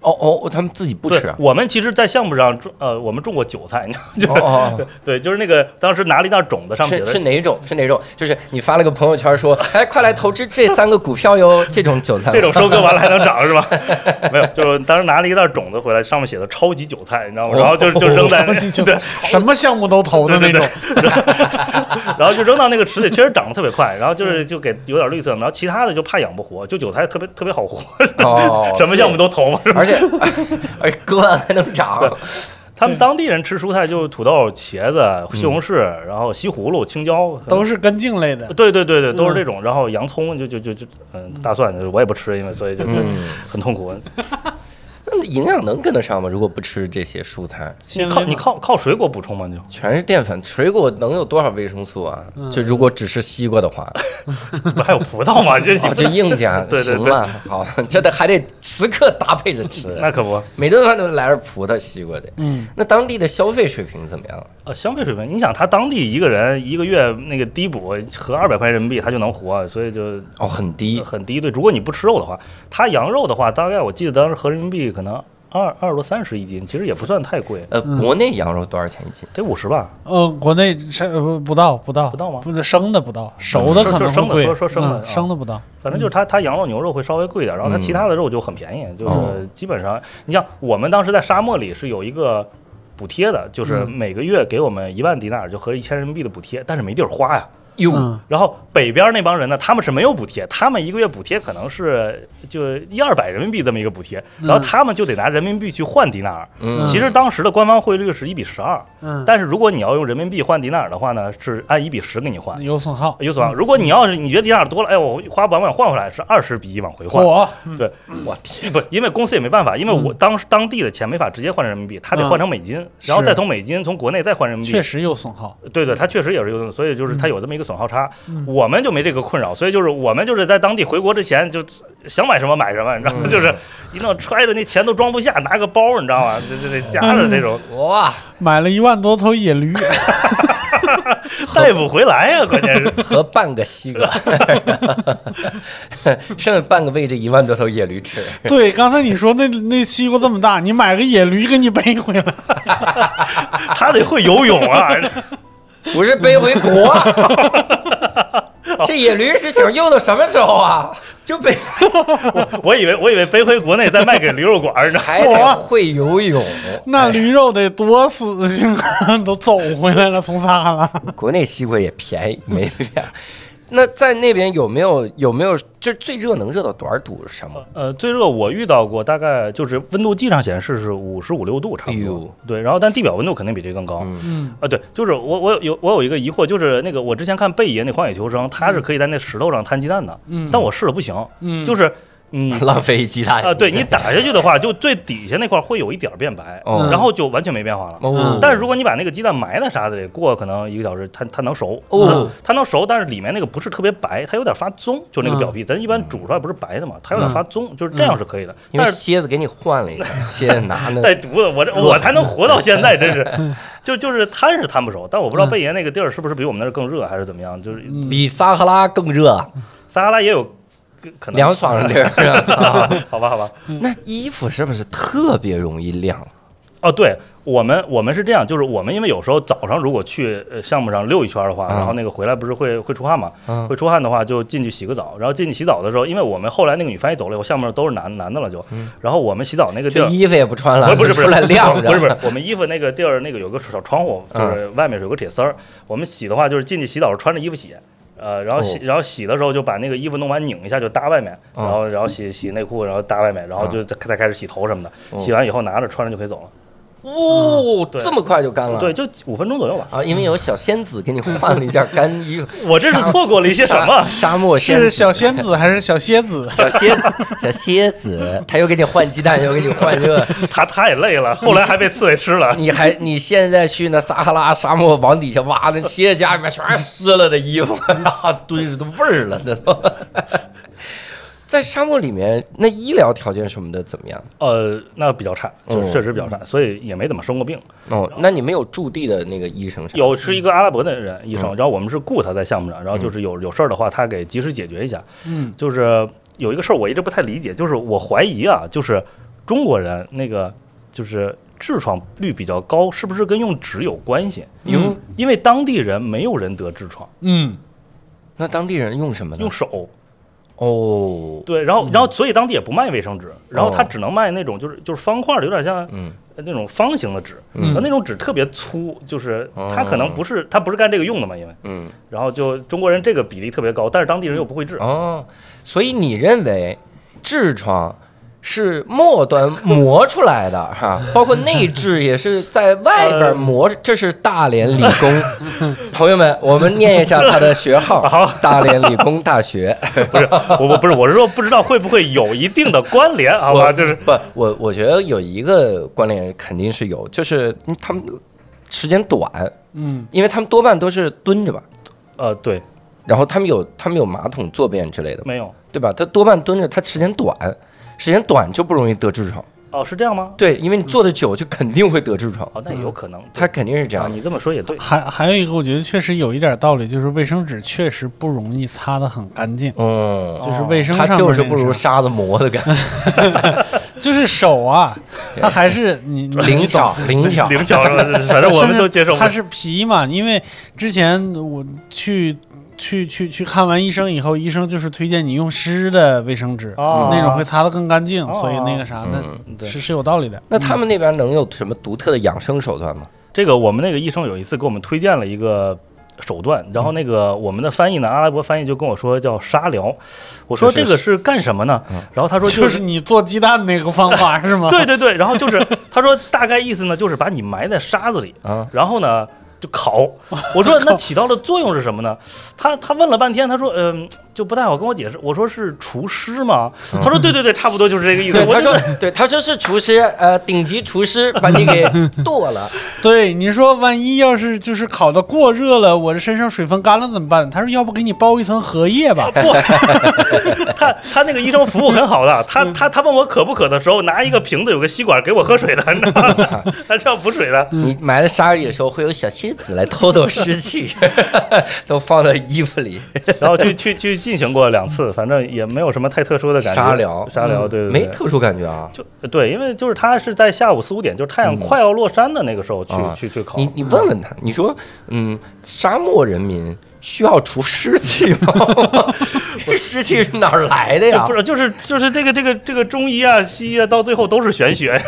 Speaker 1: 哦哦，他们自己不
Speaker 6: 对
Speaker 1: 吃啊。
Speaker 6: 我们其实，在项目上种，呃，我们种过韭菜，你知道吗
Speaker 1: 哦 哦，
Speaker 6: 对，就是那个当时拿了一袋种子，上面写
Speaker 1: 是
Speaker 6: 的
Speaker 1: 是哪种？是哪种？就是你发了个朋友圈说，哎，快来投资这三个股票哟，这种韭菜吗。
Speaker 6: 这种收割完了还能长是吧？ 没有，就是当时拿了一袋种子回来，上面写的“超级韭菜”，你知
Speaker 1: 哦
Speaker 6: 道吗？然后就就扔 在那，对，
Speaker 4: 什么项目都投的那种，
Speaker 6: 然后就扔到那个池里，确实长得特别快，然后就是就给有点绿色，然后其他的就怕养不活，就韭菜特别特别好活，
Speaker 1: 哦，
Speaker 6: 什么项目都投嘛。是吧
Speaker 1: 而且而且割完还能长。
Speaker 6: 他们当地人吃蔬菜就是土豆、茄
Speaker 1: 嗯
Speaker 6: 子、西红柿，然后西葫芦、青椒，
Speaker 4: 都是根茎类的。
Speaker 6: 对对对对，都是
Speaker 4: 嗯
Speaker 6: 这种。然后洋葱就就就就嗯，大蒜我也不吃，因为所以就就
Speaker 1: 嗯
Speaker 6: 很痛苦。
Speaker 1: 那营养能跟得上吗？如果不吃这些蔬菜，
Speaker 6: 你靠你靠靠水果补充嘛，你就
Speaker 1: 全是淀粉，水果能有多少维生素啊？就如果只吃西瓜的话，
Speaker 6: 不还有葡萄嘛，这
Speaker 1: 哦，就硬加
Speaker 6: 嗯 对对
Speaker 1: 行
Speaker 6: 对
Speaker 1: 了，好， 这得还得时刻搭配着吃，啊
Speaker 6: 那可不。
Speaker 1: 每顿饭都来点葡萄、西瓜的。
Speaker 4: 嗯，
Speaker 1: 那当地的消费水平怎么样？
Speaker 6: 呃，消费水平，你想他当地一个人一个月那个低补合二百块人民币，他就能活，所以就
Speaker 1: 哦，很低，
Speaker 6: 很低。对，如果你不吃肉的话，他羊肉的话，大概我记得当时合人民币可能二二十多三十一斤，其实也不算太贵，
Speaker 1: 呃，国内羊肉多少钱一斤？
Speaker 6: 得五十吧。
Speaker 4: 呃，国内是呃不不到不到
Speaker 6: 不到吗
Speaker 4: 不是生的不到，熟的
Speaker 6: 说
Speaker 4: 可能
Speaker 6: 说生
Speaker 4: 会
Speaker 6: 的
Speaker 4: 贵。
Speaker 6: 说说生的
Speaker 4: 嗯
Speaker 6: 啊
Speaker 4: 生的不到。
Speaker 6: 反正就是它，它羊肉、牛肉会稍微贵点，然后它
Speaker 1: 嗯
Speaker 6: 其他的肉就很便宜，就
Speaker 1: 哦
Speaker 6: 是基本上，你像我们当时在沙漠里是有一个补贴的，就是
Speaker 4: 嗯
Speaker 6: 每个月给我们一万迪纳尔，就合一千人民币的补贴，但是没地儿花呀。
Speaker 1: 哟
Speaker 4: 嗯，
Speaker 6: 然后北边那帮人呢，他们是没有补贴，他们一个月补贴可能是就一二百人民币这么一个补贴，然后他们就得拿人民币去换迪纳尔。
Speaker 1: 嗯
Speaker 6: 其实当时的官方汇率是一比十二，
Speaker 4: 嗯，
Speaker 6: 但是如果你要用人民币换迪纳尔的话呢，是按一比十给你换。哎
Speaker 4: 有损耗。
Speaker 6: 有所望，如果你要是你觉得迪纳尔多了，哎，我花不完，我想换回来，是二十比一往回换。
Speaker 4: 火，
Speaker 6: 对，
Speaker 1: 我天，
Speaker 6: 不，因为公司也没办法，因为我当时当地的钱没法直接换成人民币，他得换成美金，然后
Speaker 4: 是
Speaker 6: 再从美金从国内再换人民币
Speaker 4: 确。实有损耗。
Speaker 6: 对对，它确实也是有，所以就是它有这么一个损耗差，我们就没这个困扰，所以就是我们就是在当地回国之前就想买什么买什么，你知道吗？就是一弄揣着那钱都装不下，拿个包，你知道吗？这这这夹着这种
Speaker 1: 哇，
Speaker 4: 买了一万多头野驴，
Speaker 6: 带不回来呀、关键 是
Speaker 1: 和半个西瓜， 剩下半个喂这一万多头野驴吃。
Speaker 4: 对，刚才你说那那西瓜这么大，你买个野驴给你背回来，
Speaker 6: 他得会游泳啊，
Speaker 1: 不是背回国。啊 这野驴是想用到什么时候啊？就背
Speaker 6: 我以为我以为背回国内再卖给驴肉馆儿，你知道吗？
Speaker 1: 还得会游泳。哎
Speaker 4: 那驴肉得多死性啊， 都走回来了，从撒哈拉。
Speaker 1: 国内西瓜也便宜，没必要。那在那边有没有有没有就是最热能热到多少度什么？
Speaker 6: 呃，最热我遇到过，大概就是温度计上显示是五十五六度差不
Speaker 1: 哎
Speaker 6: 多。
Speaker 1: 呦
Speaker 6: 对，然后但地表温度肯定比这更高。
Speaker 1: 嗯
Speaker 4: 嗯，
Speaker 6: 啊，对，就是我我有我有一个疑惑，就是那个我之前看贝爷那《荒野求生》，他是可以在那石头上摊鸡蛋的，
Speaker 4: 嗯
Speaker 6: 但我试了不行，
Speaker 4: 嗯
Speaker 6: 就是 你
Speaker 1: 浪费鸡蛋
Speaker 6: 啊，对你打下去的话，就最底下那块会有一点儿变白，
Speaker 1: 哦
Speaker 6: 然后就完全没变化了。
Speaker 1: 哦
Speaker 6: 嗯但是如果你把那个鸡蛋埋在沙子里，过可能一个小时，它它能熟，
Speaker 1: 哦
Speaker 6: 它能熟，但是里面那个不是特别白，它有点发棕，就那个
Speaker 4: 嗯
Speaker 6: 表皮，咱一般煮出来不是白的嘛，它有点发棕，就是这样是可以的。
Speaker 1: 嗯因
Speaker 6: 但
Speaker 1: 为
Speaker 6: 是
Speaker 1: 蝎子给你换了一个，蝎子拿 那
Speaker 6: 带毒的，我这我才能活到现 在，真
Speaker 1: 嗯
Speaker 6: 是， 就就是摊是摊不熟，但我不知道贝爷那个地儿是不是比我们那儿更热，还是怎么样？就是
Speaker 1: 比撒哈拉更热，
Speaker 6: 撒哈拉也有可能
Speaker 1: 凉爽的 地儿。
Speaker 6: 好吧，好吧。
Speaker 1: 那衣服是不是特别容易晾？
Speaker 6: 哦，对我们我们是这样，就是我们因为有时候早上如果去呃项目上溜一圈的话，
Speaker 1: 嗯
Speaker 6: 然后那个回来不是会会出汗嘛，
Speaker 1: 嗯
Speaker 6: 会出汗的话就进去洗个澡，然后进去洗澡的时候，因为我们后来那个女翻译走了以后，项目上都是男男的了就，
Speaker 1: 嗯
Speaker 6: 然后我们洗澡那个地
Speaker 1: 这
Speaker 6: 儿。
Speaker 1: 衣服也不穿了，
Speaker 6: 不是不是
Speaker 1: 出
Speaker 6: 不
Speaker 1: 来
Speaker 6: 是
Speaker 1: 晾着，嗯
Speaker 6: 不是不是，我们衣服那个地儿那个有个小窗户，就是外面有个铁丝儿。我们洗的话就是进去洗澡时候穿着衣服洗，呃，然后洗
Speaker 1: 哦
Speaker 6: 然后洗的时候就把那个衣服弄完拧一下就搭外面，
Speaker 1: 嗯
Speaker 6: 然后然后洗洗内裤，然后搭外面，然后就再再开始洗头什么
Speaker 1: 哦
Speaker 6: 的。洗完以后拿着穿着就可以走了，
Speaker 1: 哦，
Speaker 6: 对
Speaker 1: 这么快就干了？
Speaker 6: 对，就五分钟左右吧。，
Speaker 1: 啊，因为有小仙子给你换了一件干衣服
Speaker 6: 我这是错过了一些什么
Speaker 1: 沙？沙漠仙
Speaker 4: 是
Speaker 1: 子
Speaker 4: 小仙子还是小蝎子？
Speaker 1: 小蝎子，小蝎子，他又给你换鸡蛋，又给你换这个，
Speaker 6: 他太累了，后来还被刺猬吃 了。
Speaker 1: 你还你现在去那撒哈拉沙漠往底下挖，那蝎子家 里面全是湿了的衣服，啊，蹲着都味儿了，那都。 在沙漠里面，那医疗条件什么的怎么样？
Speaker 6: 呃，那比较差，就
Speaker 1: 嗯
Speaker 6: 确实比较差，所以也没怎么生过病。
Speaker 1: 哦，那你们有驻地的那个医生啥的？
Speaker 6: 有是一个阿拉伯的人医生，
Speaker 1: 嗯
Speaker 6: 然后我们是雇他在项目上，然后就是有有事儿的话，他给及时解决一下。
Speaker 4: 嗯，
Speaker 6: 就是有一个事儿我一直不太理解，就是我怀疑啊，就是中国人那个就是痔疮率比较高，是不是跟用纸有关系？
Speaker 1: 哟，
Speaker 6: 因为当地人没有人得痔疮，
Speaker 4: 嗯，
Speaker 1: 那当地人用什么呢？
Speaker 6: 用手。
Speaker 1: 哦，
Speaker 6: 对，然后然后所以当地也不卖卫生纸，然后他只能卖那种就是就是方块的，有点像
Speaker 1: 嗯
Speaker 6: 呃那种方形的纸，
Speaker 1: 嗯哦
Speaker 6: 然后那种纸特别粗，就是它可能不是它不是干这个用的嘛，因为
Speaker 1: 嗯
Speaker 6: 然后就中国人这个比例特别高，但是当地人又不会治。
Speaker 1: 哦，所以你认为痔疮是末端磨出来的 哈，包括内痔也是在外
Speaker 6: 呃
Speaker 1: 边磨，这是大连理 工。朋友们，我们念一下他的学号
Speaker 6: 好，
Speaker 1: 大连理工大 学。
Speaker 6: 不是，我我不是，我是说不知道会不会有一定的关联，好吧？
Speaker 1: 我
Speaker 6: 就是
Speaker 1: 不，我我觉得有一个关联肯定是有，就是嗯他们时间短，
Speaker 4: 嗯，
Speaker 1: 因为他们多半都是蹲着吧，
Speaker 6: 呃，对，
Speaker 1: 然后他们有他们有马桶坐便之类的嘛，
Speaker 6: 没有
Speaker 1: 对吧？他多半蹲着，他时间短，时间短就不容易得痔疮。
Speaker 6: 哦，是这样吗？
Speaker 1: 对，因为你坐的久就肯定会得痔疮，
Speaker 6: 哦，那也有可能，
Speaker 1: 他肯定是这
Speaker 6: 对啊，
Speaker 1: 样。
Speaker 6: 你这么说也对，
Speaker 4: 还还有一个，我觉得确实有一点道理，就是卫生纸确实不容易擦得很干净，
Speaker 1: 嗯，
Speaker 4: 就是卫生
Speaker 1: 他
Speaker 4: 上面
Speaker 1: 就是不
Speaker 4: 那
Speaker 1: 如
Speaker 4: 个
Speaker 1: 沙子磨的感觉，
Speaker 4: 就是手啊，它还是你你
Speaker 1: 灵巧
Speaker 4: 懂
Speaker 1: 灵巧。
Speaker 6: 灵巧是吧， 反正我们都接受不
Speaker 4: 它
Speaker 6: 了。
Speaker 4: 是皮嘛，因为之前我去去去去看完医生以后，医生就是推荐你用湿的卫生纸，
Speaker 6: 哦
Speaker 4: 嗯那种会擦得更干净，
Speaker 6: 哦
Speaker 4: 所以那个啥，
Speaker 1: 嗯，
Speaker 4: 那
Speaker 6: 对
Speaker 4: 是是有道理的。嗯
Speaker 1: 那他们那边能有什么独特的养生手段吗？
Speaker 6: 这个我们那个医生有一次给我们推荐了一个手段，然后那个我们的翻译呢，阿拉伯翻译就跟我说叫沙疗，我说
Speaker 1: 就是
Speaker 6: 这个是干什么呢？然后他说
Speaker 4: 就
Speaker 6: 就是 是。
Speaker 4: 你做鸡蛋那个方法是吗？
Speaker 6: 对对对，然后就是他说大概意思呢，就是把你埋在沙子里，
Speaker 1: 啊，
Speaker 6: 然后呢就烤。我说那起到的作用是什么呢？他他问了半天，他说嗯、就不太好跟我解释。我说是除湿吗？他说对对 对，差不多就是这个意思。
Speaker 1: 嗯对，
Speaker 6: 我
Speaker 1: 他
Speaker 6: 就。
Speaker 1: 说，对，他说是厨师，呃，顶级厨师把你给剁了，
Speaker 4: 对，你说万一要是就是烤的过热了，我这身上水分干了怎么办？他说要不给你包一层荷叶吧
Speaker 6: 不， 他他那个医生服务很 好的，他他他问我渴不渴的时候，拿一个瓶子有个吸管给我喝水的，你 知道吗？他是要补水的。
Speaker 1: 你埋在沙里的时候，会有小蝎子来偷走湿气， 都放到衣服里。
Speaker 6: 然后去去去进行过两次，反正也没有什么太特殊的感觉。
Speaker 1: 沙疗
Speaker 6: 沙疗，对对对，
Speaker 1: 嗯没特殊感觉啊。
Speaker 6: 就对，因为就是他是在下午四五点，就是太阳快要落山的那个时候去、
Speaker 1: 嗯啊
Speaker 6: 去去烤。
Speaker 1: 你你问问他，你说，嗯，沙漠人民需要除湿气吗？ 这湿气是哪儿来的
Speaker 6: 就
Speaker 1: 呀
Speaker 6: 不？是，就是就是这个这个这个中医啊、西医啊，到最后都是玄 学，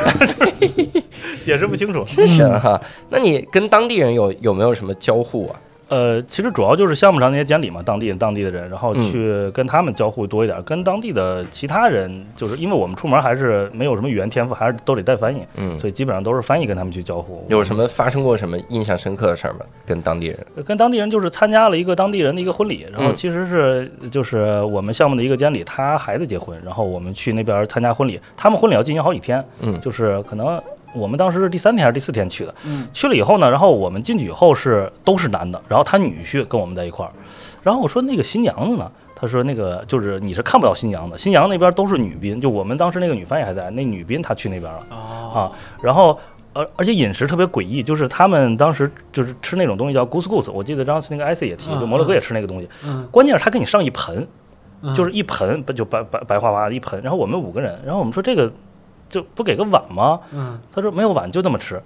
Speaker 6: 解释不清楚。
Speaker 1: 真神哈！那你跟当地人有有没有什么交互啊？
Speaker 6: 呃，其实主要就是项目上那些监理嘛，当地当地的人，然后去跟他们交互多一点，跟当地的其他人，就是因为我们出门还是没有什么语言天赋，还是都得带翻译，
Speaker 1: 嗯
Speaker 6: 所以基本上都是翻译跟他们去交互。
Speaker 1: 有什么发生过什么印象深刻的事儿吗？跟当地人？
Speaker 6: 呃跟当地人就是参加了一个当地人的一个婚礼，然后其实是就是我们项目的一个监理，他孩子结婚，然后我们去那边参加婚礼，他们婚礼要进行好几天，
Speaker 1: 嗯
Speaker 6: 就是可能我们当时是第三天还是第四天去的，
Speaker 4: 嗯
Speaker 6: 去了以后呢，然后我们进去以后是都是男的，然后他女婿跟我们在一块儿，然后我说那个新娘子呢？他说：“那个就是你是看不到新娘的，新娘那边都是女宾，就我们当时那个女翻译还在，那女宾她去那边了，
Speaker 4: 哦
Speaker 6: 啊，然后而而且饮食特别诡异，就是他们当时就是吃那种东西叫 goose goose，我记得当时那个艾斯也提，
Speaker 4: 嗯
Speaker 6: 就摩洛哥也吃那个东西。
Speaker 4: 嗯，
Speaker 6: 关键是他给你上一盆，
Speaker 4: 嗯
Speaker 6: 就是一盆不就白白白花花的一盆，然后我们五个人，然后我们说这个就不给个碗吗？
Speaker 4: 嗯
Speaker 6: 他说没有碗就这么吃，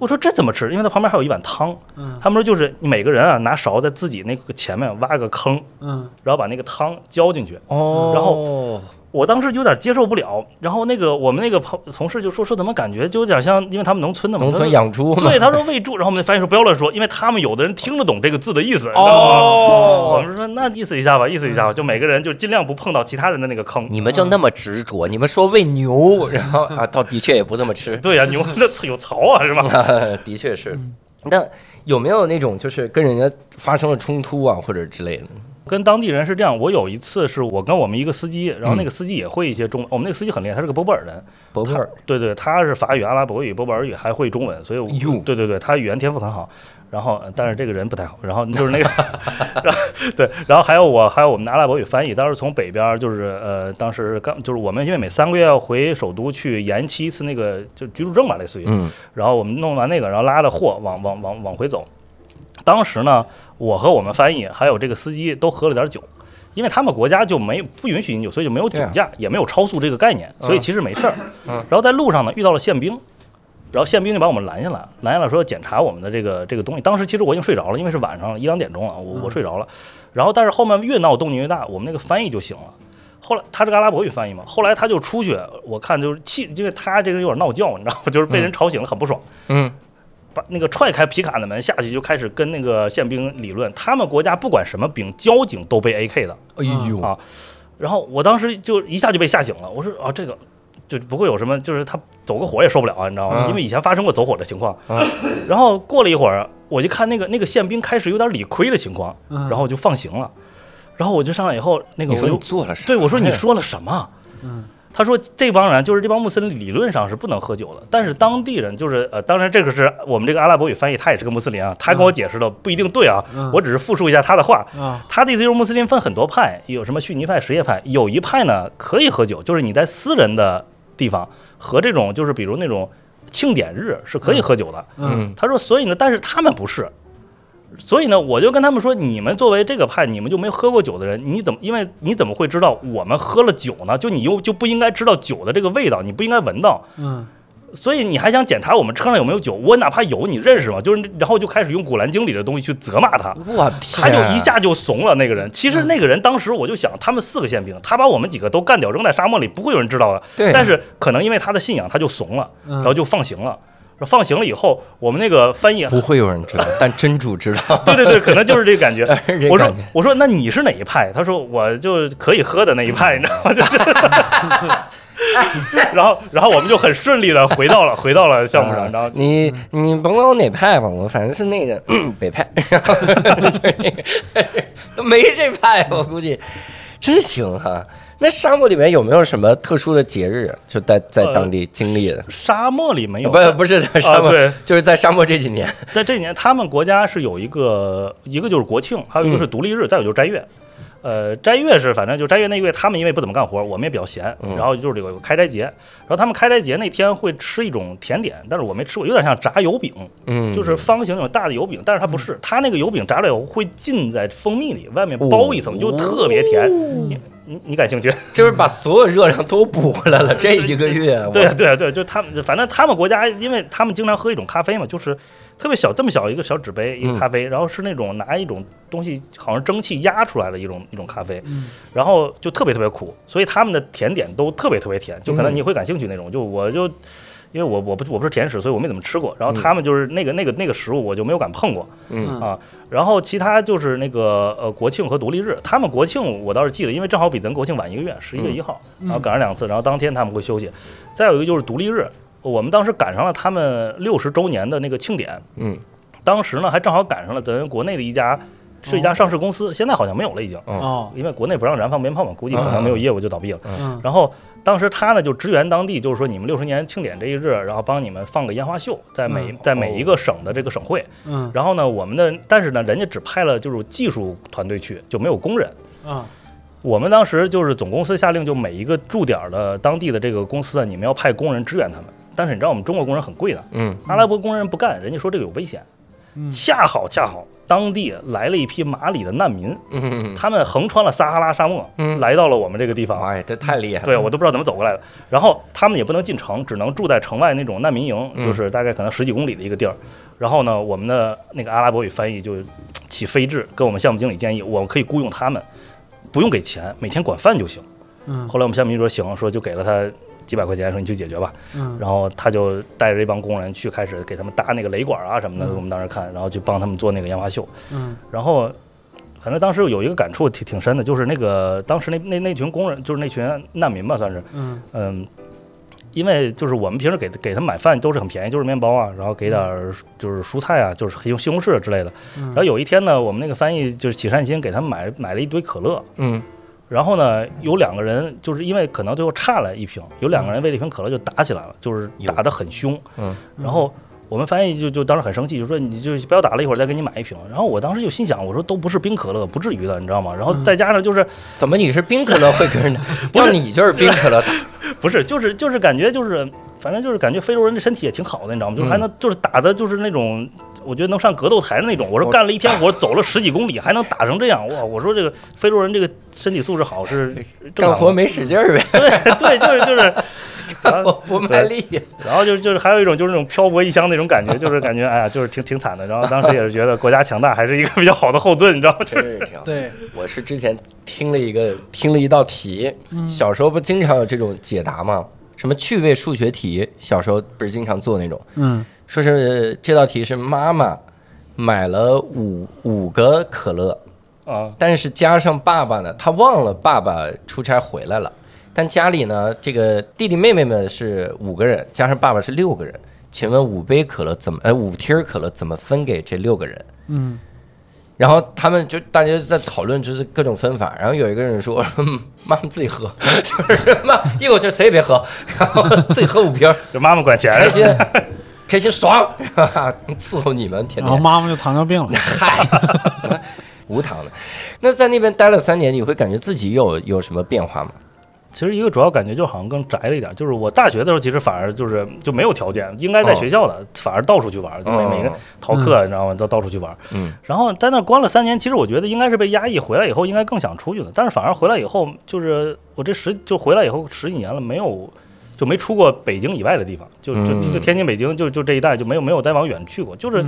Speaker 6: 我说这怎么吃？因为他旁边还有一碗汤，
Speaker 4: 嗯
Speaker 6: 他们说就是你每个人啊拿勺在自己那个前面挖个坑，
Speaker 4: 嗯
Speaker 6: 然后把那个汤浇进去，
Speaker 1: 哦，
Speaker 6: 然我当时有点接受不了，然后那个我们那个朋同事就说说怎么感觉就有点像，因为他们农村的嘛，
Speaker 1: 农
Speaker 6: 他
Speaker 1: 村
Speaker 6: 说
Speaker 1: 养猪嘛
Speaker 6: 对，，他说喂猪，然后我们的翻译说不要乱说，因为他们有的人听得懂这个字的意思，你知道吗？我
Speaker 1: 哦，
Speaker 6: 们说那意思一下吧，意思一下吧，就每个人就尽量不碰到其他人的那个坑。
Speaker 1: 你们就那么执着？你们说喂牛，然后啊，倒的确也不这么吃，
Speaker 6: 对呀、牛那有槽啊，是吧？
Speaker 1: 的确是。
Speaker 6: 嗯
Speaker 1: 那有没有那种就是跟人家发生了冲突啊，或者之类的？
Speaker 6: 跟当地人是这样，我有一次是我跟我们一个司机，然后那个司机也会一些中文，我们那个司机很厉害，他是个波波尔人，
Speaker 1: 伯伯，
Speaker 6: 对对，他是法语、阿拉伯语、波波尔语，还会中文，所以我
Speaker 1: 哟
Speaker 6: 对对对，他语言天赋很好。然后，但是这个人不太好。然后就是那个，然后对，然后还有我，还有我们的阿拉伯语翻译。当时从北边儿就是呃，当时刚就是我们因为每三个月要回首都去延期一次那个就居住证吧，类似于。
Speaker 1: 嗯
Speaker 6: 然后我们弄完那个，然后拉着货往往往往回走。当时呢，我和我们翻译还有这个司机都喝了点酒，因为他们国家就没不允许饮酒，所以就没有酒
Speaker 1: 对啊
Speaker 6: 驾，也没有超速这个概念，所以
Speaker 1: 嗯
Speaker 6: 其实没事儿。
Speaker 1: 嗯
Speaker 6: 然后在路上呢遇到了宪兵，然后宪兵就把我们拦下来，拦下来说要检查我们的这个这个东西。当时其实我已经睡着了，因为是晚上一两点钟了，我
Speaker 1: 嗯
Speaker 6: 我睡着了。然后但是后面越闹动静越大，我们那个翻译就醒了。后来他是个阿拉伯语翻译嘛，后来他就出去，我看就是气，因为他这个人有点闹觉，你知道吗？就是被人吵醒了，很不爽。
Speaker 1: 嗯，
Speaker 6: 把那个踹开皮卡的门下去，就开始跟那个宪兵理论。他们国家不管什么兵，交警都背 AK 的。
Speaker 1: 哎呦，
Speaker 6: 啊然后我当时就一下就被吓醒了，我说啊，这个就不会有什么，就是他走个火也受不了啊，你知道吗？
Speaker 1: 嗯
Speaker 6: 因为以前发生过走火的情况
Speaker 1: 嗯。
Speaker 6: 然后过了一会儿，我就看那个那个宪兵开始有点理亏的情况，
Speaker 4: 嗯
Speaker 6: 然后我就放行了。然后我就上来以后，那个
Speaker 1: 你
Speaker 6: 我
Speaker 1: 说
Speaker 6: 就
Speaker 1: 你做了啥？
Speaker 6: 对我说：“你说了什么？”
Speaker 4: 哎嗯，
Speaker 6: 他说：“这帮人就是这帮穆斯林，理论上是不能喝酒的，但是当地人就是呃，当然这个是我们这个阿拉伯语翻译，他也是个穆斯林啊，他跟我解释的不一定对啊，
Speaker 4: 嗯
Speaker 6: 我只是复述一下他的话。
Speaker 4: 啊，
Speaker 6: 他的意思就是穆斯林分很多派，有什么逊尼派、什叶派，有一派呢可以喝酒，就是你在私人的地方和这种就是比如那种庆典日是可以喝酒的。
Speaker 4: 嗯
Speaker 6: 他说，所以呢，但是他们不是，所以呢，我就跟他们说，你们作为这个派，你们就没喝过酒的人，你怎么，因为你怎么会知道我们喝了酒呢？就你又就不应该知道酒的这个味道，你不应该闻到，
Speaker 4: 嗯
Speaker 6: 所以你还想检查我们车上有没有酒？我哪怕有，你认识吗？就是，然后就开始用《古兰经》里的东西去责骂他。
Speaker 1: 我嗯天，啊
Speaker 6: 他就一下就怂了。那个人，其
Speaker 1: 嗯
Speaker 6: 实那个人当时我就想，他们四个宪兵，他把我们几个都干掉，扔在沙漠里，不会有人知道的。
Speaker 1: 对
Speaker 6: 但是可能因为他的信仰，他就怂了，
Speaker 4: 嗯
Speaker 6: 然后就放行了。放行了以后，我们那个翻译
Speaker 1: 不会有人知 道，但真主知 道。。
Speaker 6: 对对对，可能就是这个感觉
Speaker 1: 这
Speaker 6: 我
Speaker 1: 感
Speaker 6: 说
Speaker 1: 觉
Speaker 6: 我说那你是哪一派？他说我就可以喝的那一派，你知道吗？就是
Speaker 1: 嗯
Speaker 6: 然后然后我们就很顺利的回到了回到了项目上，然后嗯
Speaker 1: 啊你你甭管我哪派吧，我反正是那个北派， 然后就是那个都没这派，我估计真行哈、那沙漠里面有没有什么特殊的节日？啊就在在
Speaker 6: 呃
Speaker 1: 当地经历的？
Speaker 6: 沙漠里没有，
Speaker 1: 不不是在沙漠，
Speaker 6: 啊对
Speaker 1: 就是在沙漠这几年。
Speaker 6: 在这几年，他们国家是有一个，一个就是国庆，还有一
Speaker 1: 嗯
Speaker 6: 个是独立日，再有就是斋月。呃，斋月是反正就斋月那个月，他们因为不怎么干活，我们也比较闲，
Speaker 1: 嗯
Speaker 6: 然后就是有个开斋节，然后他们开斋节那天会吃一种甜点，但是我没吃过，有点像炸油饼，
Speaker 1: 嗯，
Speaker 6: 就是方形那种大的油饼，但是它不是，它那个油饼炸了以后会浸在蜂蜜里，外面包一层，就特别甜。你你你感兴趣？
Speaker 1: 就是把所有热量都补回来了。这一个月，我
Speaker 6: 对啊对啊对啊，就他们，反正他们国家，因为他们经常喝一种咖啡嘛，就是特别小，这么小一个小纸杯一个咖啡，然后是那种拿一种东西，好像蒸汽压出来的一种一种咖啡，然后就特别特别苦，所以他们的甜点都特别特别甜，就可能你会感兴趣那种，就我就。因为我我不我不是甜食，所以我没怎么吃过。然后他们就是那个那个那个食物，我就没有敢碰过。
Speaker 1: 嗯
Speaker 6: 啊，然后其他就是那个呃国庆和独立日，他们国庆我倒是记得，因为正好比咱国庆晚一个月，十一月一号，然后赶上两次，然后当天他们会休息。再有一个就是独立日，我们当时赶上了他们六十周年的那个庆典，
Speaker 1: 嗯
Speaker 6: 当时呢还正好赶上了咱国内的一家是一家上市公司，现在好像没有了已经，
Speaker 4: 哦
Speaker 6: 因为国内不让燃放鞭炮嘛，估计可能没有业务就倒闭了。
Speaker 4: 嗯
Speaker 6: 然后当时他呢就支援当地，就是说你们六十年庆典这一日，然后帮你们放个烟花秀，在每在每一个省的这个省会。
Speaker 4: 嗯
Speaker 6: 然后呢，我们的但是呢，人家只派了就是技术团队去，就没有工人。
Speaker 4: 啊
Speaker 6: 我们当时就是总公司下令，就每一个驻点的当地的这个公司啊，你们要派工人支援他们。但是你知道我们中国工人很贵的，
Speaker 1: 嗯
Speaker 6: 阿拉伯工人不干，人家说这个有危险。恰好恰好，当地来了一批马里的难民，
Speaker 1: 嗯，
Speaker 6: 他们横穿了撒哈拉沙漠，
Speaker 1: 嗯
Speaker 6: 来到了我们这个地方。
Speaker 1: 妈呀，这太厉害了。
Speaker 6: 对我都不知道怎么走过来的。然后他们也不能进城，只能住在城外那种难民营，就是大概可能十几公里的一个地儿。然后呢，我们的那个阿拉伯语翻译就起飞智，跟我们项目经理建议，我们可以雇佣他们，不用给钱，每天管饭就行。
Speaker 4: 嗯
Speaker 6: 后来我们项目经理说行，说就给了他。几百块钱说你去解决吧，
Speaker 4: 嗯
Speaker 6: 然后他就带着这帮工人去开始给他们搭那个雷管啊什么的，我们当时看，然后去帮他们做那个烟花秀。
Speaker 4: 嗯
Speaker 6: 然后，反正当时有一个感触挺挺深的，就是那个当时那那那群工人，就是那群难民吧，算是，
Speaker 4: 嗯
Speaker 6: 嗯，因为就是我们平时给给他们买饭都是很便宜，就是面包啊，然后给点儿就是蔬菜啊，就是西西红柿之类的。
Speaker 4: 嗯
Speaker 6: 然后有一天呢，我们那个翻译就是起善心给他们买买了一堆可乐，
Speaker 1: 嗯
Speaker 6: 然后呢，有两个人就是因为可能最后差了一瓶，有两个人为了一瓶可乐就打起来了，就是打得很凶。
Speaker 1: 嗯，
Speaker 6: 然后我们翻译就就当时很生气，就说你就不要打了，一会儿再给你买一瓶。然后我当时就心想，我说都不是冰可乐，不至于的，你知道吗？然后再加上就是
Speaker 1: 怎么你是冰可乐会跟 人打？不是你就是冰可乐打，
Speaker 6: 不是就是就是感觉就是反正就是感觉非洲人的身体也挺好的，你知道吗？就是还能就是打的就是那种。我觉得能上格斗台的那种，我说
Speaker 1: 我
Speaker 6: 干了一天活，走了十几公里，还能打成这样，哇！我说这个非洲人这个身体素质好是 正常
Speaker 1: 干
Speaker 6: 的
Speaker 1: 活没使劲 儿呗，
Speaker 6: 对对，就是 就是，然
Speaker 1: 我
Speaker 6: 后
Speaker 1: 不卖力。
Speaker 6: 然后就是就是还有一种就是那种漂泊异乡那种感觉，就是感觉哎呀，就是挺挺惨的。然后当时也是觉得国家强大还是一个比较好的后盾，你知道吗？就是
Speaker 1: 真是挺好。
Speaker 4: 对，
Speaker 1: 我是之前听了一个听了一道题，小时候不经常有这种解答吗？什么趣味数学题，小时候不是经常做那种，
Speaker 4: 嗯，
Speaker 1: 说是这道题是妈妈买了五五个可乐，
Speaker 6: 啊，
Speaker 1: 但是加上爸爸呢，他忘了爸爸出差回来了。但家里呢，这个弟弟妹妹们是五个人，加上爸爸是六个人。请问五杯可乐怎么，呃，五听可乐怎么分给这六个人？
Speaker 4: 嗯，
Speaker 1: 然后他们就大家在讨论，就是各种分法。然后有一个人说：“ 嗯妈妈自己喝， 就是妈一口气儿谁也别喝， 然后自己喝五瓶儿，
Speaker 6: 就妈妈管钱，
Speaker 1: 开心， 开心爽， 哈哈伺候你们天
Speaker 4: 然
Speaker 1: 天。”
Speaker 4: 后
Speaker 6: 啊
Speaker 4: 妈妈就糖尿病了，
Speaker 1: 嗨， 无糖的。那在那边待了三年，你会感觉自己有有什么变化吗？
Speaker 6: 其实一个主要感觉就好像更宅了一点，就是我大学的时候其实反而就是就没有条件，应该在学校的，反而到处去玩，就每
Speaker 1: 哦
Speaker 6: 每个逃课，你知道吗？到到处去玩。
Speaker 1: 嗯，
Speaker 6: 然后在那儿关了三年，其实我觉得应该是被压抑，回来以后应该更想出去的，但是反而回来以后，就是我这十就回来以后十几年了，没有就没出过北京以外的地方，就就
Speaker 1: 嗯
Speaker 6: 就天津、北京就就这一带就没有没有再往远去过，就是。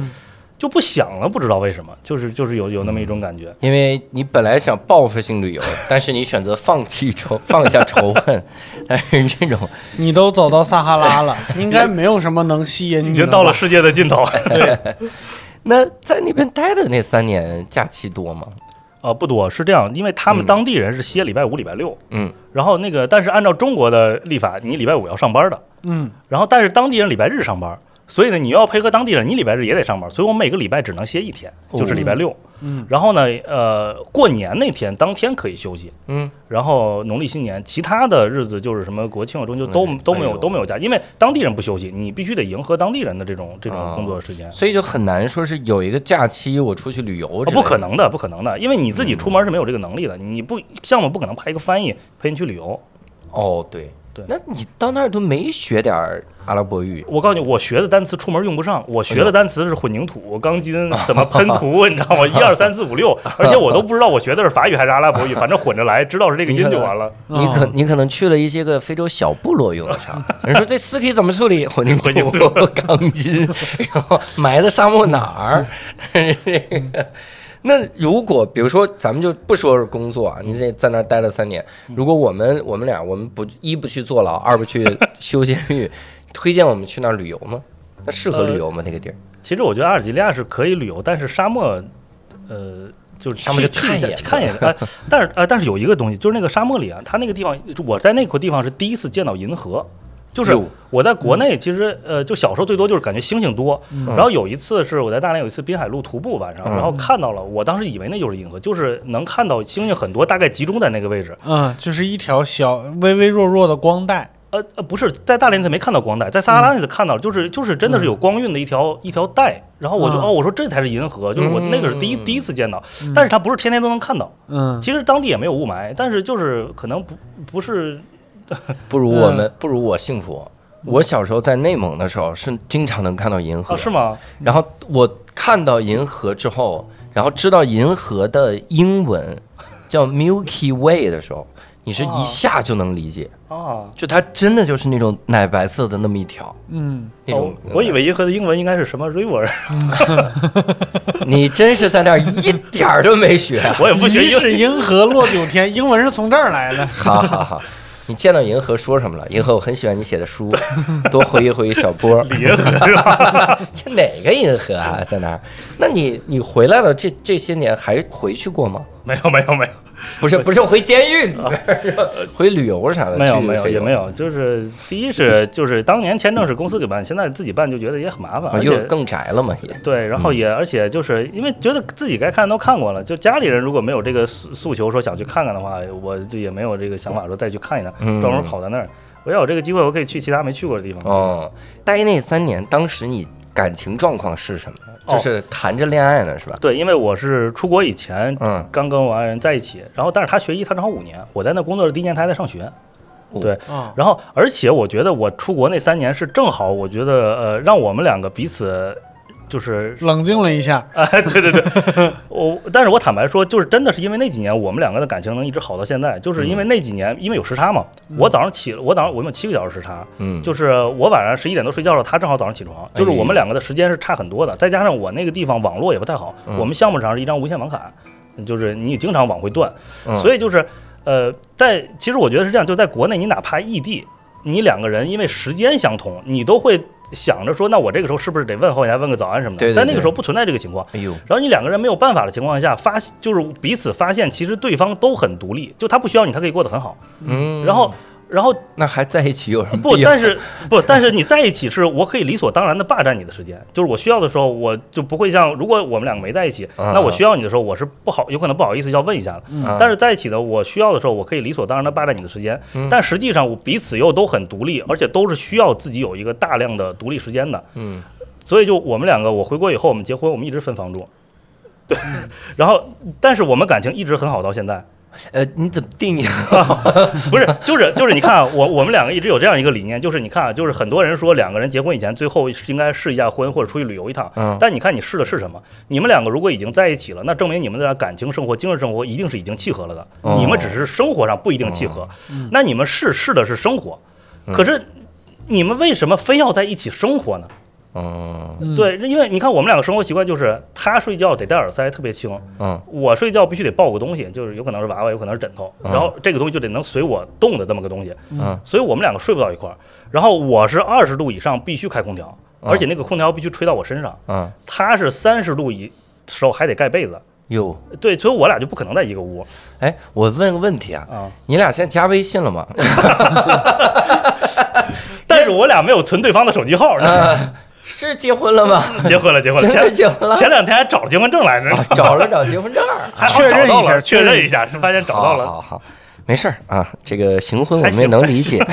Speaker 6: 就不想了，不知道为什么，就是就是有有那么一种感觉，
Speaker 1: 因为你本来想报复性旅游，但是你选择放弃仇，放下仇恨。但是这种
Speaker 4: 你都走到撒哈拉了，应该没有什么能吸
Speaker 1: 嗯
Speaker 4: 引你的吧。
Speaker 6: 已经到了世界的尽头。对，
Speaker 1: 那在那边待的那三年，假期多吗？
Speaker 6: 呃，不多，是这样，因为他们当地人是歇礼拜五、礼拜六，
Speaker 1: 嗯，
Speaker 6: 然后那个，但是按照中国的历法，你礼拜五要上班的，
Speaker 4: 嗯，
Speaker 6: 然后但是当地人礼拜日上班，所以呢，你要配合当地人，你礼拜日也得上班，所以我每个礼拜只能歇一天，就是
Speaker 1: 哦
Speaker 6: 礼拜六。
Speaker 4: 嗯，
Speaker 6: 然后呢，呃，过年那天当天可以休息，
Speaker 1: 嗯，
Speaker 6: 然后农历新年，其他的日子就是什么国庆、啊中秋都
Speaker 1: 哎
Speaker 6: 都没
Speaker 1: 哎
Speaker 6: 有
Speaker 1: 呦
Speaker 6: 都没有假，因为当地人不休息，你必须得迎合当地人的这种这种
Speaker 1: 啊
Speaker 6: 工作时间。
Speaker 1: 所以就很难说是有一个假期我出去旅游、
Speaker 6: 啊不可。能的，不可能的，因为你自己出门是没有这个能力的，你不项目不可能派一个翻译陪你去旅游。
Speaker 1: 哦，对
Speaker 6: 对
Speaker 1: 那你到那儿都没学点儿阿拉伯语，
Speaker 6: 我告诉你，我学的单词出门用不上，我学
Speaker 1: 哎呦
Speaker 6: 的单词是混凝土、钢筋怎么 喷涂，你知道吗？一二三四五六，而且我都不知道我学的是法语还是阿拉伯语，反正混着来，知道是这个音就完了。
Speaker 1: 你可你可能去了一些个非洲小部落用得上。人说这尸体怎么处理？混凝
Speaker 6: 混凝
Speaker 1: 土、钢筋，然后埋在沙漠哪儿？ 这个那如果比如说，咱们就不说是工作啊，你这在那儿待了三年，如果我们我们俩我们不一不去坐牢，二不去修监狱，推荐我们去那儿旅游吗？那适合旅游吗？那个地儿？
Speaker 6: 其实我觉得阿尔及利亚是可以旅游，但是沙漠，呃。就是
Speaker 1: 沙漠就
Speaker 6: 去去
Speaker 1: 看一
Speaker 6: 下
Speaker 1: 眼
Speaker 6: 看一眼，哎， 但是呃，但是有一个东西，就是那个沙漠里啊，它那个地方，我在那个地方是第一次见到银河，就是
Speaker 1: 哟
Speaker 6: 我在国内其实呃，就小时候最多就是感觉星星多，然后有一次是我在大连有一次滨海路徒步晚上，
Speaker 1: 嗯
Speaker 6: 然后看到了，我当时以为那就是银河，就是能看到星星很多，大概集中在那个位置。
Speaker 4: 嗯，就是一条小微微弱弱的光带，
Speaker 6: 呃呃，不是在大连才没看到光带，在撒哈
Speaker 1: 嗯
Speaker 6: 拉那次看到，就是就是真的是有光晕的一条一条带，然后我就
Speaker 4: 嗯
Speaker 6: 哦，我说这才是银河，就是我
Speaker 1: 嗯
Speaker 6: 那个是第一第一次见到，但是它不是天天都能看到，
Speaker 4: 嗯，
Speaker 6: 其实当地也没有雾霾，但是就是可能不不是
Speaker 1: 不如我们不如我幸福。我小时候在内蒙的时候是经常能看到银河，
Speaker 6: 啊是吗？
Speaker 1: 然后我看到银河之后，然后知道银河的英文叫 Milky Way 的时候，你是一下就能理解，
Speaker 6: 啊，
Speaker 1: 就它真的就是那种奶白色的那么一条，
Speaker 4: 嗯，
Speaker 1: 那种
Speaker 6: 哦。我以为银河的英文应该是什么 river，
Speaker 1: 你真是在那儿一点儿都没学，啊
Speaker 6: 我也不学
Speaker 4: 疑
Speaker 6: 英文。
Speaker 4: 是银河落九天，英文是从这儿来的。
Speaker 1: 哈哈哈！你见到银河说什么了？银河，我很喜欢你写的书，多回忆回忆小波。
Speaker 6: 李银河是吧？
Speaker 1: 这哪个银河啊？在那儿？那你你回来了这这些年还回去过吗？
Speaker 6: 没有没有没有
Speaker 1: 不 是不是回监狱里边儿，是吧回旅游啥的？
Speaker 6: 没有
Speaker 1: 呃去
Speaker 6: 没有
Speaker 1: 非
Speaker 6: 也
Speaker 1: 洲
Speaker 6: 没有，就是第一是就是当年签证是公司给办，现在自己办就觉得也很麻烦，
Speaker 1: 啊，
Speaker 6: 而
Speaker 1: 又
Speaker 6: 且
Speaker 1: 更宅了嘛也。
Speaker 6: 对，然后
Speaker 1: 嗯
Speaker 6: 也而且就是因为觉得自己该看的都看过了，就家里人如果没有这个诉诉求说想去看看的话，我就也没有这个想法说再去看一
Speaker 1: 嗯哦
Speaker 6: 看，专门跑到那儿。我要有这个机会，我可以去其他没去过的地方。
Speaker 1: 哦，待那三年，当时你感情状况是什么？
Speaker 6: 哦
Speaker 1: 就是谈着恋爱呢，是吧？
Speaker 6: 对，因为我是出国以前
Speaker 1: 嗯，
Speaker 6: 刚跟我爱人在一起，然后但是他学医，他正好五年，我在那工作的第一年他还在上学
Speaker 1: 哦。
Speaker 6: 对，
Speaker 4: 啊，
Speaker 6: 然后而且我觉得我出国那三年是正好，我觉得呃，让我们两个彼此就是
Speaker 4: 冷静了一下，
Speaker 6: 啊我，但是我坦白说，就是真的是因为那几年我们两个的感情能一直好到现在，就是
Speaker 1: 嗯
Speaker 6: 因为那几年因为有时差嘛，我早上起了，我早上我们有七个小时时差，
Speaker 1: 嗯，哎
Speaker 6: 就是我晚上十一点多睡觉了，他正好早上起床，就是我们两个的时间是差很多的。再加上我那个地方网络也不太好，
Speaker 1: 嗯
Speaker 6: 我们项目上是一张无线网卡，就是你经常往回断，
Speaker 1: 嗯
Speaker 6: 所以就是呃，在其实我觉得是这样，就在国内你哪怕异地，你两个人因为时间相同，你都会想着说，那我这个时候是不是得问候一下，问个早安什么的？
Speaker 1: 对对
Speaker 6: 但那个
Speaker 1: 对
Speaker 6: 时候不存在这个情况。
Speaker 1: 哎呦，
Speaker 6: 然后你两个人没有办法的情况下，发就是彼此发现，其实对方都很独立，就他不需要你，他可以过得很好。
Speaker 1: 嗯，
Speaker 6: 然后，然后
Speaker 1: 那还在一起有什么
Speaker 6: 不，
Speaker 1: 必要？
Speaker 6: 但是不，但是你在一起是我可以理所当然的霸占你的时间，就是我需要的时候，我就不会像如果我们两个没在一起，
Speaker 1: 啊
Speaker 6: 那我需要你的时候，我是不好，有可能不好意思要问一下的。
Speaker 1: 啊
Speaker 6: 但是在一起的，我需要的时候，我可以理所当然的霸占你的时间，
Speaker 1: 嗯
Speaker 6: 但实际上我彼此又都很独立，而且都是需要自己有一个大量的独立时间的。
Speaker 1: 嗯，
Speaker 6: 所以就我们两个，我回国以后我们结婚，我们一直分房住。对，然后但是我们感情一直很好到现在，
Speaker 1: 呃，你怎么定 义？
Speaker 6: 不是，就是就是，你看啊，我我们两个一直有这样一个理念，就是你看啊，就是很多人说两个人结婚以前最后是应该试一下婚或者出去旅游一趟，
Speaker 1: 嗯
Speaker 6: 但你看你试的是什么？你们两个如果已经在一起了，那证明你们的感情生活、精神生活一定是已经契合了的，
Speaker 1: 哦
Speaker 6: 你们只是生活上不一定契合。那你们试试的是生活，
Speaker 1: 嗯
Speaker 6: 可是你们为什么非要在一起生活呢？
Speaker 1: 嗯
Speaker 4: 嗯，
Speaker 6: 对，因为你看我们两个生活习惯就是，他睡觉得戴耳塞，特别轻；
Speaker 1: 嗯
Speaker 6: 我睡觉必须得抱个东西，就是有可能是娃娃，有可能是枕头，
Speaker 1: 嗯
Speaker 6: 然后这个东西就得能随我动的这么个东西。
Speaker 1: 嗯
Speaker 6: 所以我们两个睡不到一块儿。然后我是二十度以上必须开空调，
Speaker 1: 嗯
Speaker 6: 而且那个空调必须吹到我身上。
Speaker 1: 嗯，
Speaker 6: 他是三十度以时候还得盖被子，
Speaker 1: 哟，
Speaker 6: 对，所以我俩就不可能在一个屋
Speaker 1: 哎，我问个问题啊，
Speaker 6: 啊。
Speaker 1: 你俩现在加微信了 吗？
Speaker 6: 但是我俩没有存对方的手机号，
Speaker 1: 呃，是结婚了吗？
Speaker 6: 结婚了，结婚了，
Speaker 1: 真的
Speaker 6: 前
Speaker 1: 结婚了？啊
Speaker 6: 前两天还找了结婚证来着，
Speaker 1: 找了找结婚证儿，
Speaker 6: 还好
Speaker 4: 确认
Speaker 6: 找到
Speaker 4: 一下
Speaker 6: 了，确
Speaker 4: 确认
Speaker 6: 认一下，是发现找到
Speaker 1: 好
Speaker 6: 了，
Speaker 1: 好好，没事儿啊，这个行婚我
Speaker 6: 还
Speaker 1: 们也
Speaker 6: 行
Speaker 1: 能理解。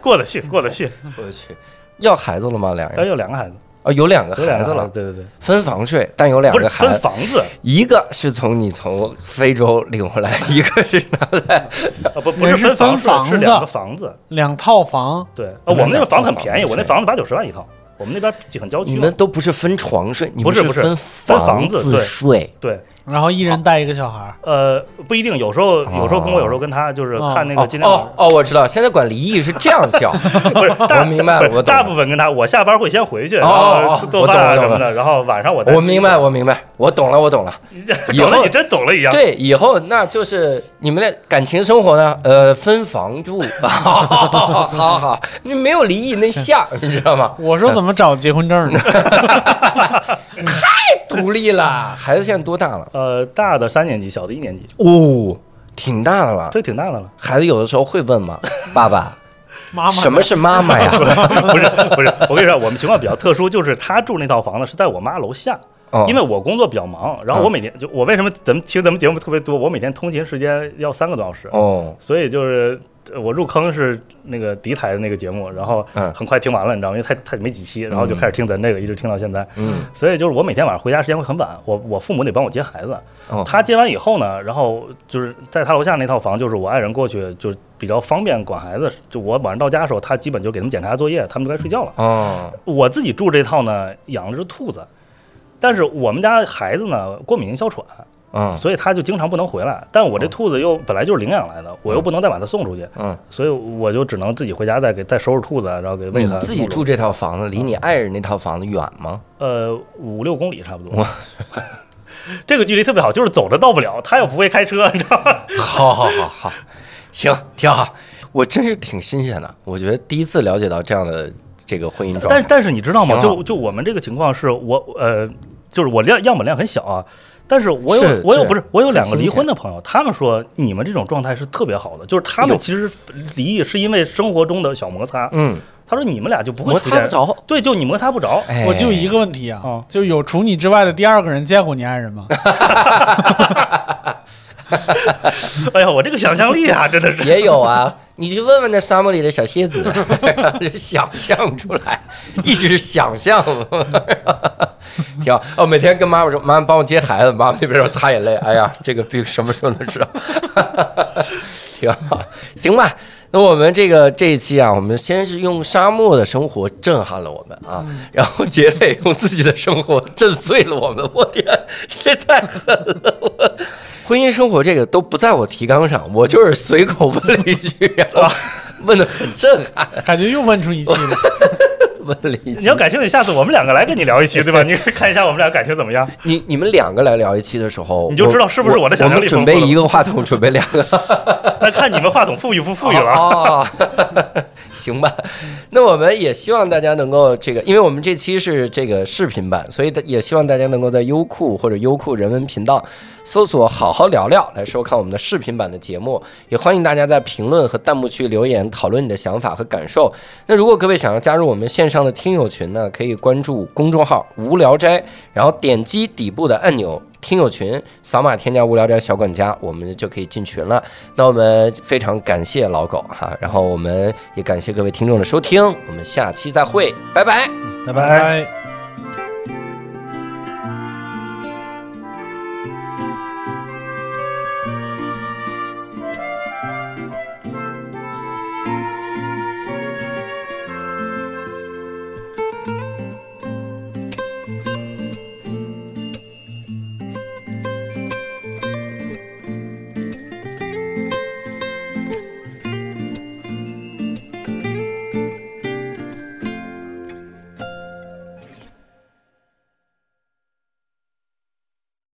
Speaker 6: 过得去，过得去。
Speaker 1: 我去，要孩子了吗？俩
Speaker 6: 然后
Speaker 1: 人
Speaker 6: 有两个孩子，
Speaker 1: 啊，有两个
Speaker 6: 有两
Speaker 1: 孩
Speaker 6: 个
Speaker 1: 子了，
Speaker 6: 对对对，
Speaker 1: 分房睡，但有两
Speaker 6: 不是
Speaker 1: 个孩
Speaker 6: 分
Speaker 1: 子，
Speaker 6: 房子，
Speaker 1: 一个是从你从非洲领回来，一个是拿在
Speaker 6: 啊不不是
Speaker 4: 是
Speaker 6: 分房
Speaker 4: 分房
Speaker 6: 是
Speaker 4: 子
Speaker 6: 两个房子。
Speaker 4: 两套房，
Speaker 6: 对，啊我们那边房子很便宜，
Speaker 1: 两套房
Speaker 6: 我那房子八九十万一套，我们那边很郊区
Speaker 1: 你
Speaker 6: 嘛。
Speaker 1: 们都不是分床睡，你
Speaker 6: 不
Speaker 1: 们
Speaker 6: 是不是
Speaker 1: 分
Speaker 6: 分房子
Speaker 1: 子
Speaker 6: 对
Speaker 1: 睡，
Speaker 6: 对，
Speaker 4: 然后一人带一个小孩儿，
Speaker 6: 呃，不一定，有时候有时候跟我，有时候跟他，就是
Speaker 4: 哦
Speaker 6: 看那个
Speaker 1: 哦
Speaker 6: 尽量、
Speaker 1: 哦哦，我知道，现在管离异是这样叫，
Speaker 6: 不是大
Speaker 1: 我明白了
Speaker 6: 不
Speaker 1: 我懂了
Speaker 6: 是大部分跟他，我下班会先回去，
Speaker 1: 哦
Speaker 6: 然
Speaker 1: 哦
Speaker 6: 后
Speaker 1: 哦
Speaker 6: 做做饭啊
Speaker 1: 我懂
Speaker 6: 什
Speaker 1: 了
Speaker 6: 么的，然后晚上我再
Speaker 1: 我 明白，，我明白，我懂了，我懂了。以
Speaker 6: 懂了，
Speaker 1: 后
Speaker 6: 你真懂了一样。
Speaker 1: 对，以后那就是你们的感情生活呢，呃，分房住，好好好好，你没有离异那项，你知道吗？
Speaker 4: 我说怎么找结婚证呢？
Speaker 1: 独立了，孩子现在多大了？
Speaker 6: 呃，大的三年级，小的一年级，
Speaker 1: 哦，挺大的了。
Speaker 6: 对，挺大的了。
Speaker 1: 孩子有的时候会问 嘛，爸爸，
Speaker 4: 妈妈
Speaker 1: 什么是妈妈 呀？
Speaker 6: 不是不是，我跟你说，我们情况比较特殊，就是他住那套房子是在我妈楼下，
Speaker 1: 哦嗯
Speaker 6: 因为我工作比较忙，然后我每天就我为什么咱们听咱们节目特别多，我每天通勤时间要三个多小时，
Speaker 1: 哦，
Speaker 6: 所以就是呃我入坑是那个敌台的那个节目，然后
Speaker 1: 嗯
Speaker 6: 很快听完了，你知道吗？因为太太没几期，然后就开始听咱这个，一直听到现在。
Speaker 1: 嗯，
Speaker 6: 所以就是我每天晚上回家时间会很晚，我我父母得帮我接孩子。
Speaker 1: 哦，
Speaker 6: 他接完以后呢，然后就是在他楼下那套房，就是我爱人过去就比较方便管孩子。就我晚上到家的时候，他基本就给他们检查作业，他们就该睡觉了。
Speaker 1: 哦，
Speaker 6: 我自己住这套呢，养了只兔子，但是我们家孩子呢过敏性哮喘，
Speaker 1: 嗯，
Speaker 6: 所以他就经常不能回来。但我这兔子又本来就是领养来
Speaker 1: 啊
Speaker 6: 的，我又不能再把它送出去，
Speaker 1: 嗯，
Speaker 6: 所以我就只能自己回家再给再收拾兔子，然后给喂
Speaker 1: 你
Speaker 6: 它。
Speaker 1: 自己住这套房子，离你爱人那套房子远吗？
Speaker 6: 呃五六公里差不多。 这个距离特别好，就是走着到不了，他又不会开车，你知道吗？
Speaker 1: 好好好好，行，挺好。我真是挺新鲜的，我觉得第一次了解到这样的这个婚姻状态。
Speaker 6: 但但是你知道吗？
Speaker 1: 挺好
Speaker 6: 就就我们这个情况是我呃，就是我量样本量很小啊，但是我有
Speaker 1: 是
Speaker 6: 我有
Speaker 1: 是
Speaker 6: 不是我有
Speaker 1: 很
Speaker 6: 两个离
Speaker 1: 新鲜
Speaker 6: 婚的朋友，他们说你们这种状态是特别好的，就是他
Speaker 1: 哎呦
Speaker 6: 们其实离异是因为生活中的小摩擦。
Speaker 1: 嗯，
Speaker 6: 他说你们俩就不会
Speaker 1: 摩
Speaker 6: 出
Speaker 1: 擦不
Speaker 6: 现
Speaker 1: 着，
Speaker 6: 对，就你摩擦不着。
Speaker 1: 哎
Speaker 4: 我就一个问题啊
Speaker 6: 哦，
Speaker 4: 就有除你之外的第二个人见过你爱人吗？
Speaker 6: 哎呀，我这个想象力啊，真的 是。
Speaker 1: 也有啊，你去问问那沙漠里的小蝎子，想象出来。一直想象， 挺好。哦，每天跟妈妈说：“妈妈帮我接孩子。”妈妈那边说擦眼泪：“哎呀，这个病什么时候能治好？” 挺好，行吧。那我们这个这一期啊，我们先是用沙漠的生活震撼了我们啊，然后结尾用自己的生活震碎了我们。我天，这太狠了！我婚姻生活这个都不在我提纲上，我就是随口问了一句，然后 问的很震撼，
Speaker 4: 感觉又问出一期了。
Speaker 1: 问了一
Speaker 6: 你
Speaker 1: 句
Speaker 6: 要。感兴趣，下次我们两个来跟你聊一期，对吧？你看一下我们俩感情怎么样？
Speaker 1: 你你们两个来聊一期的时候，
Speaker 6: 你就知道是不是我的想象
Speaker 1: 我
Speaker 6: 力
Speaker 1: 们准
Speaker 6: 丰
Speaker 1: 备
Speaker 6: 富了
Speaker 1: 一个话筒，准备两个，
Speaker 6: 那看你们话筒富裕 不富裕了。
Speaker 1: 哦， 行吧。那我们也希望大家能够这个，因为我们这期是这个视频版，所以也希望大家能够在优酷或者优酷人文频道搜索“好好聊聊”来收看我们的视频版的节目。也欢迎大家在评论和弹幕区留言讨论你的想法和感受。那如果各位想要加入我们线上的听友群呢，可以关注公众号“无聊斋”，然后点击底部的按钮。听友群，扫码添加“无聊斋小管家”，我们就可以进群了。那我们非常感谢老狗哈，然后我们也感谢各位听众的收听，我们下期再会，拜拜。
Speaker 4: 拜拜。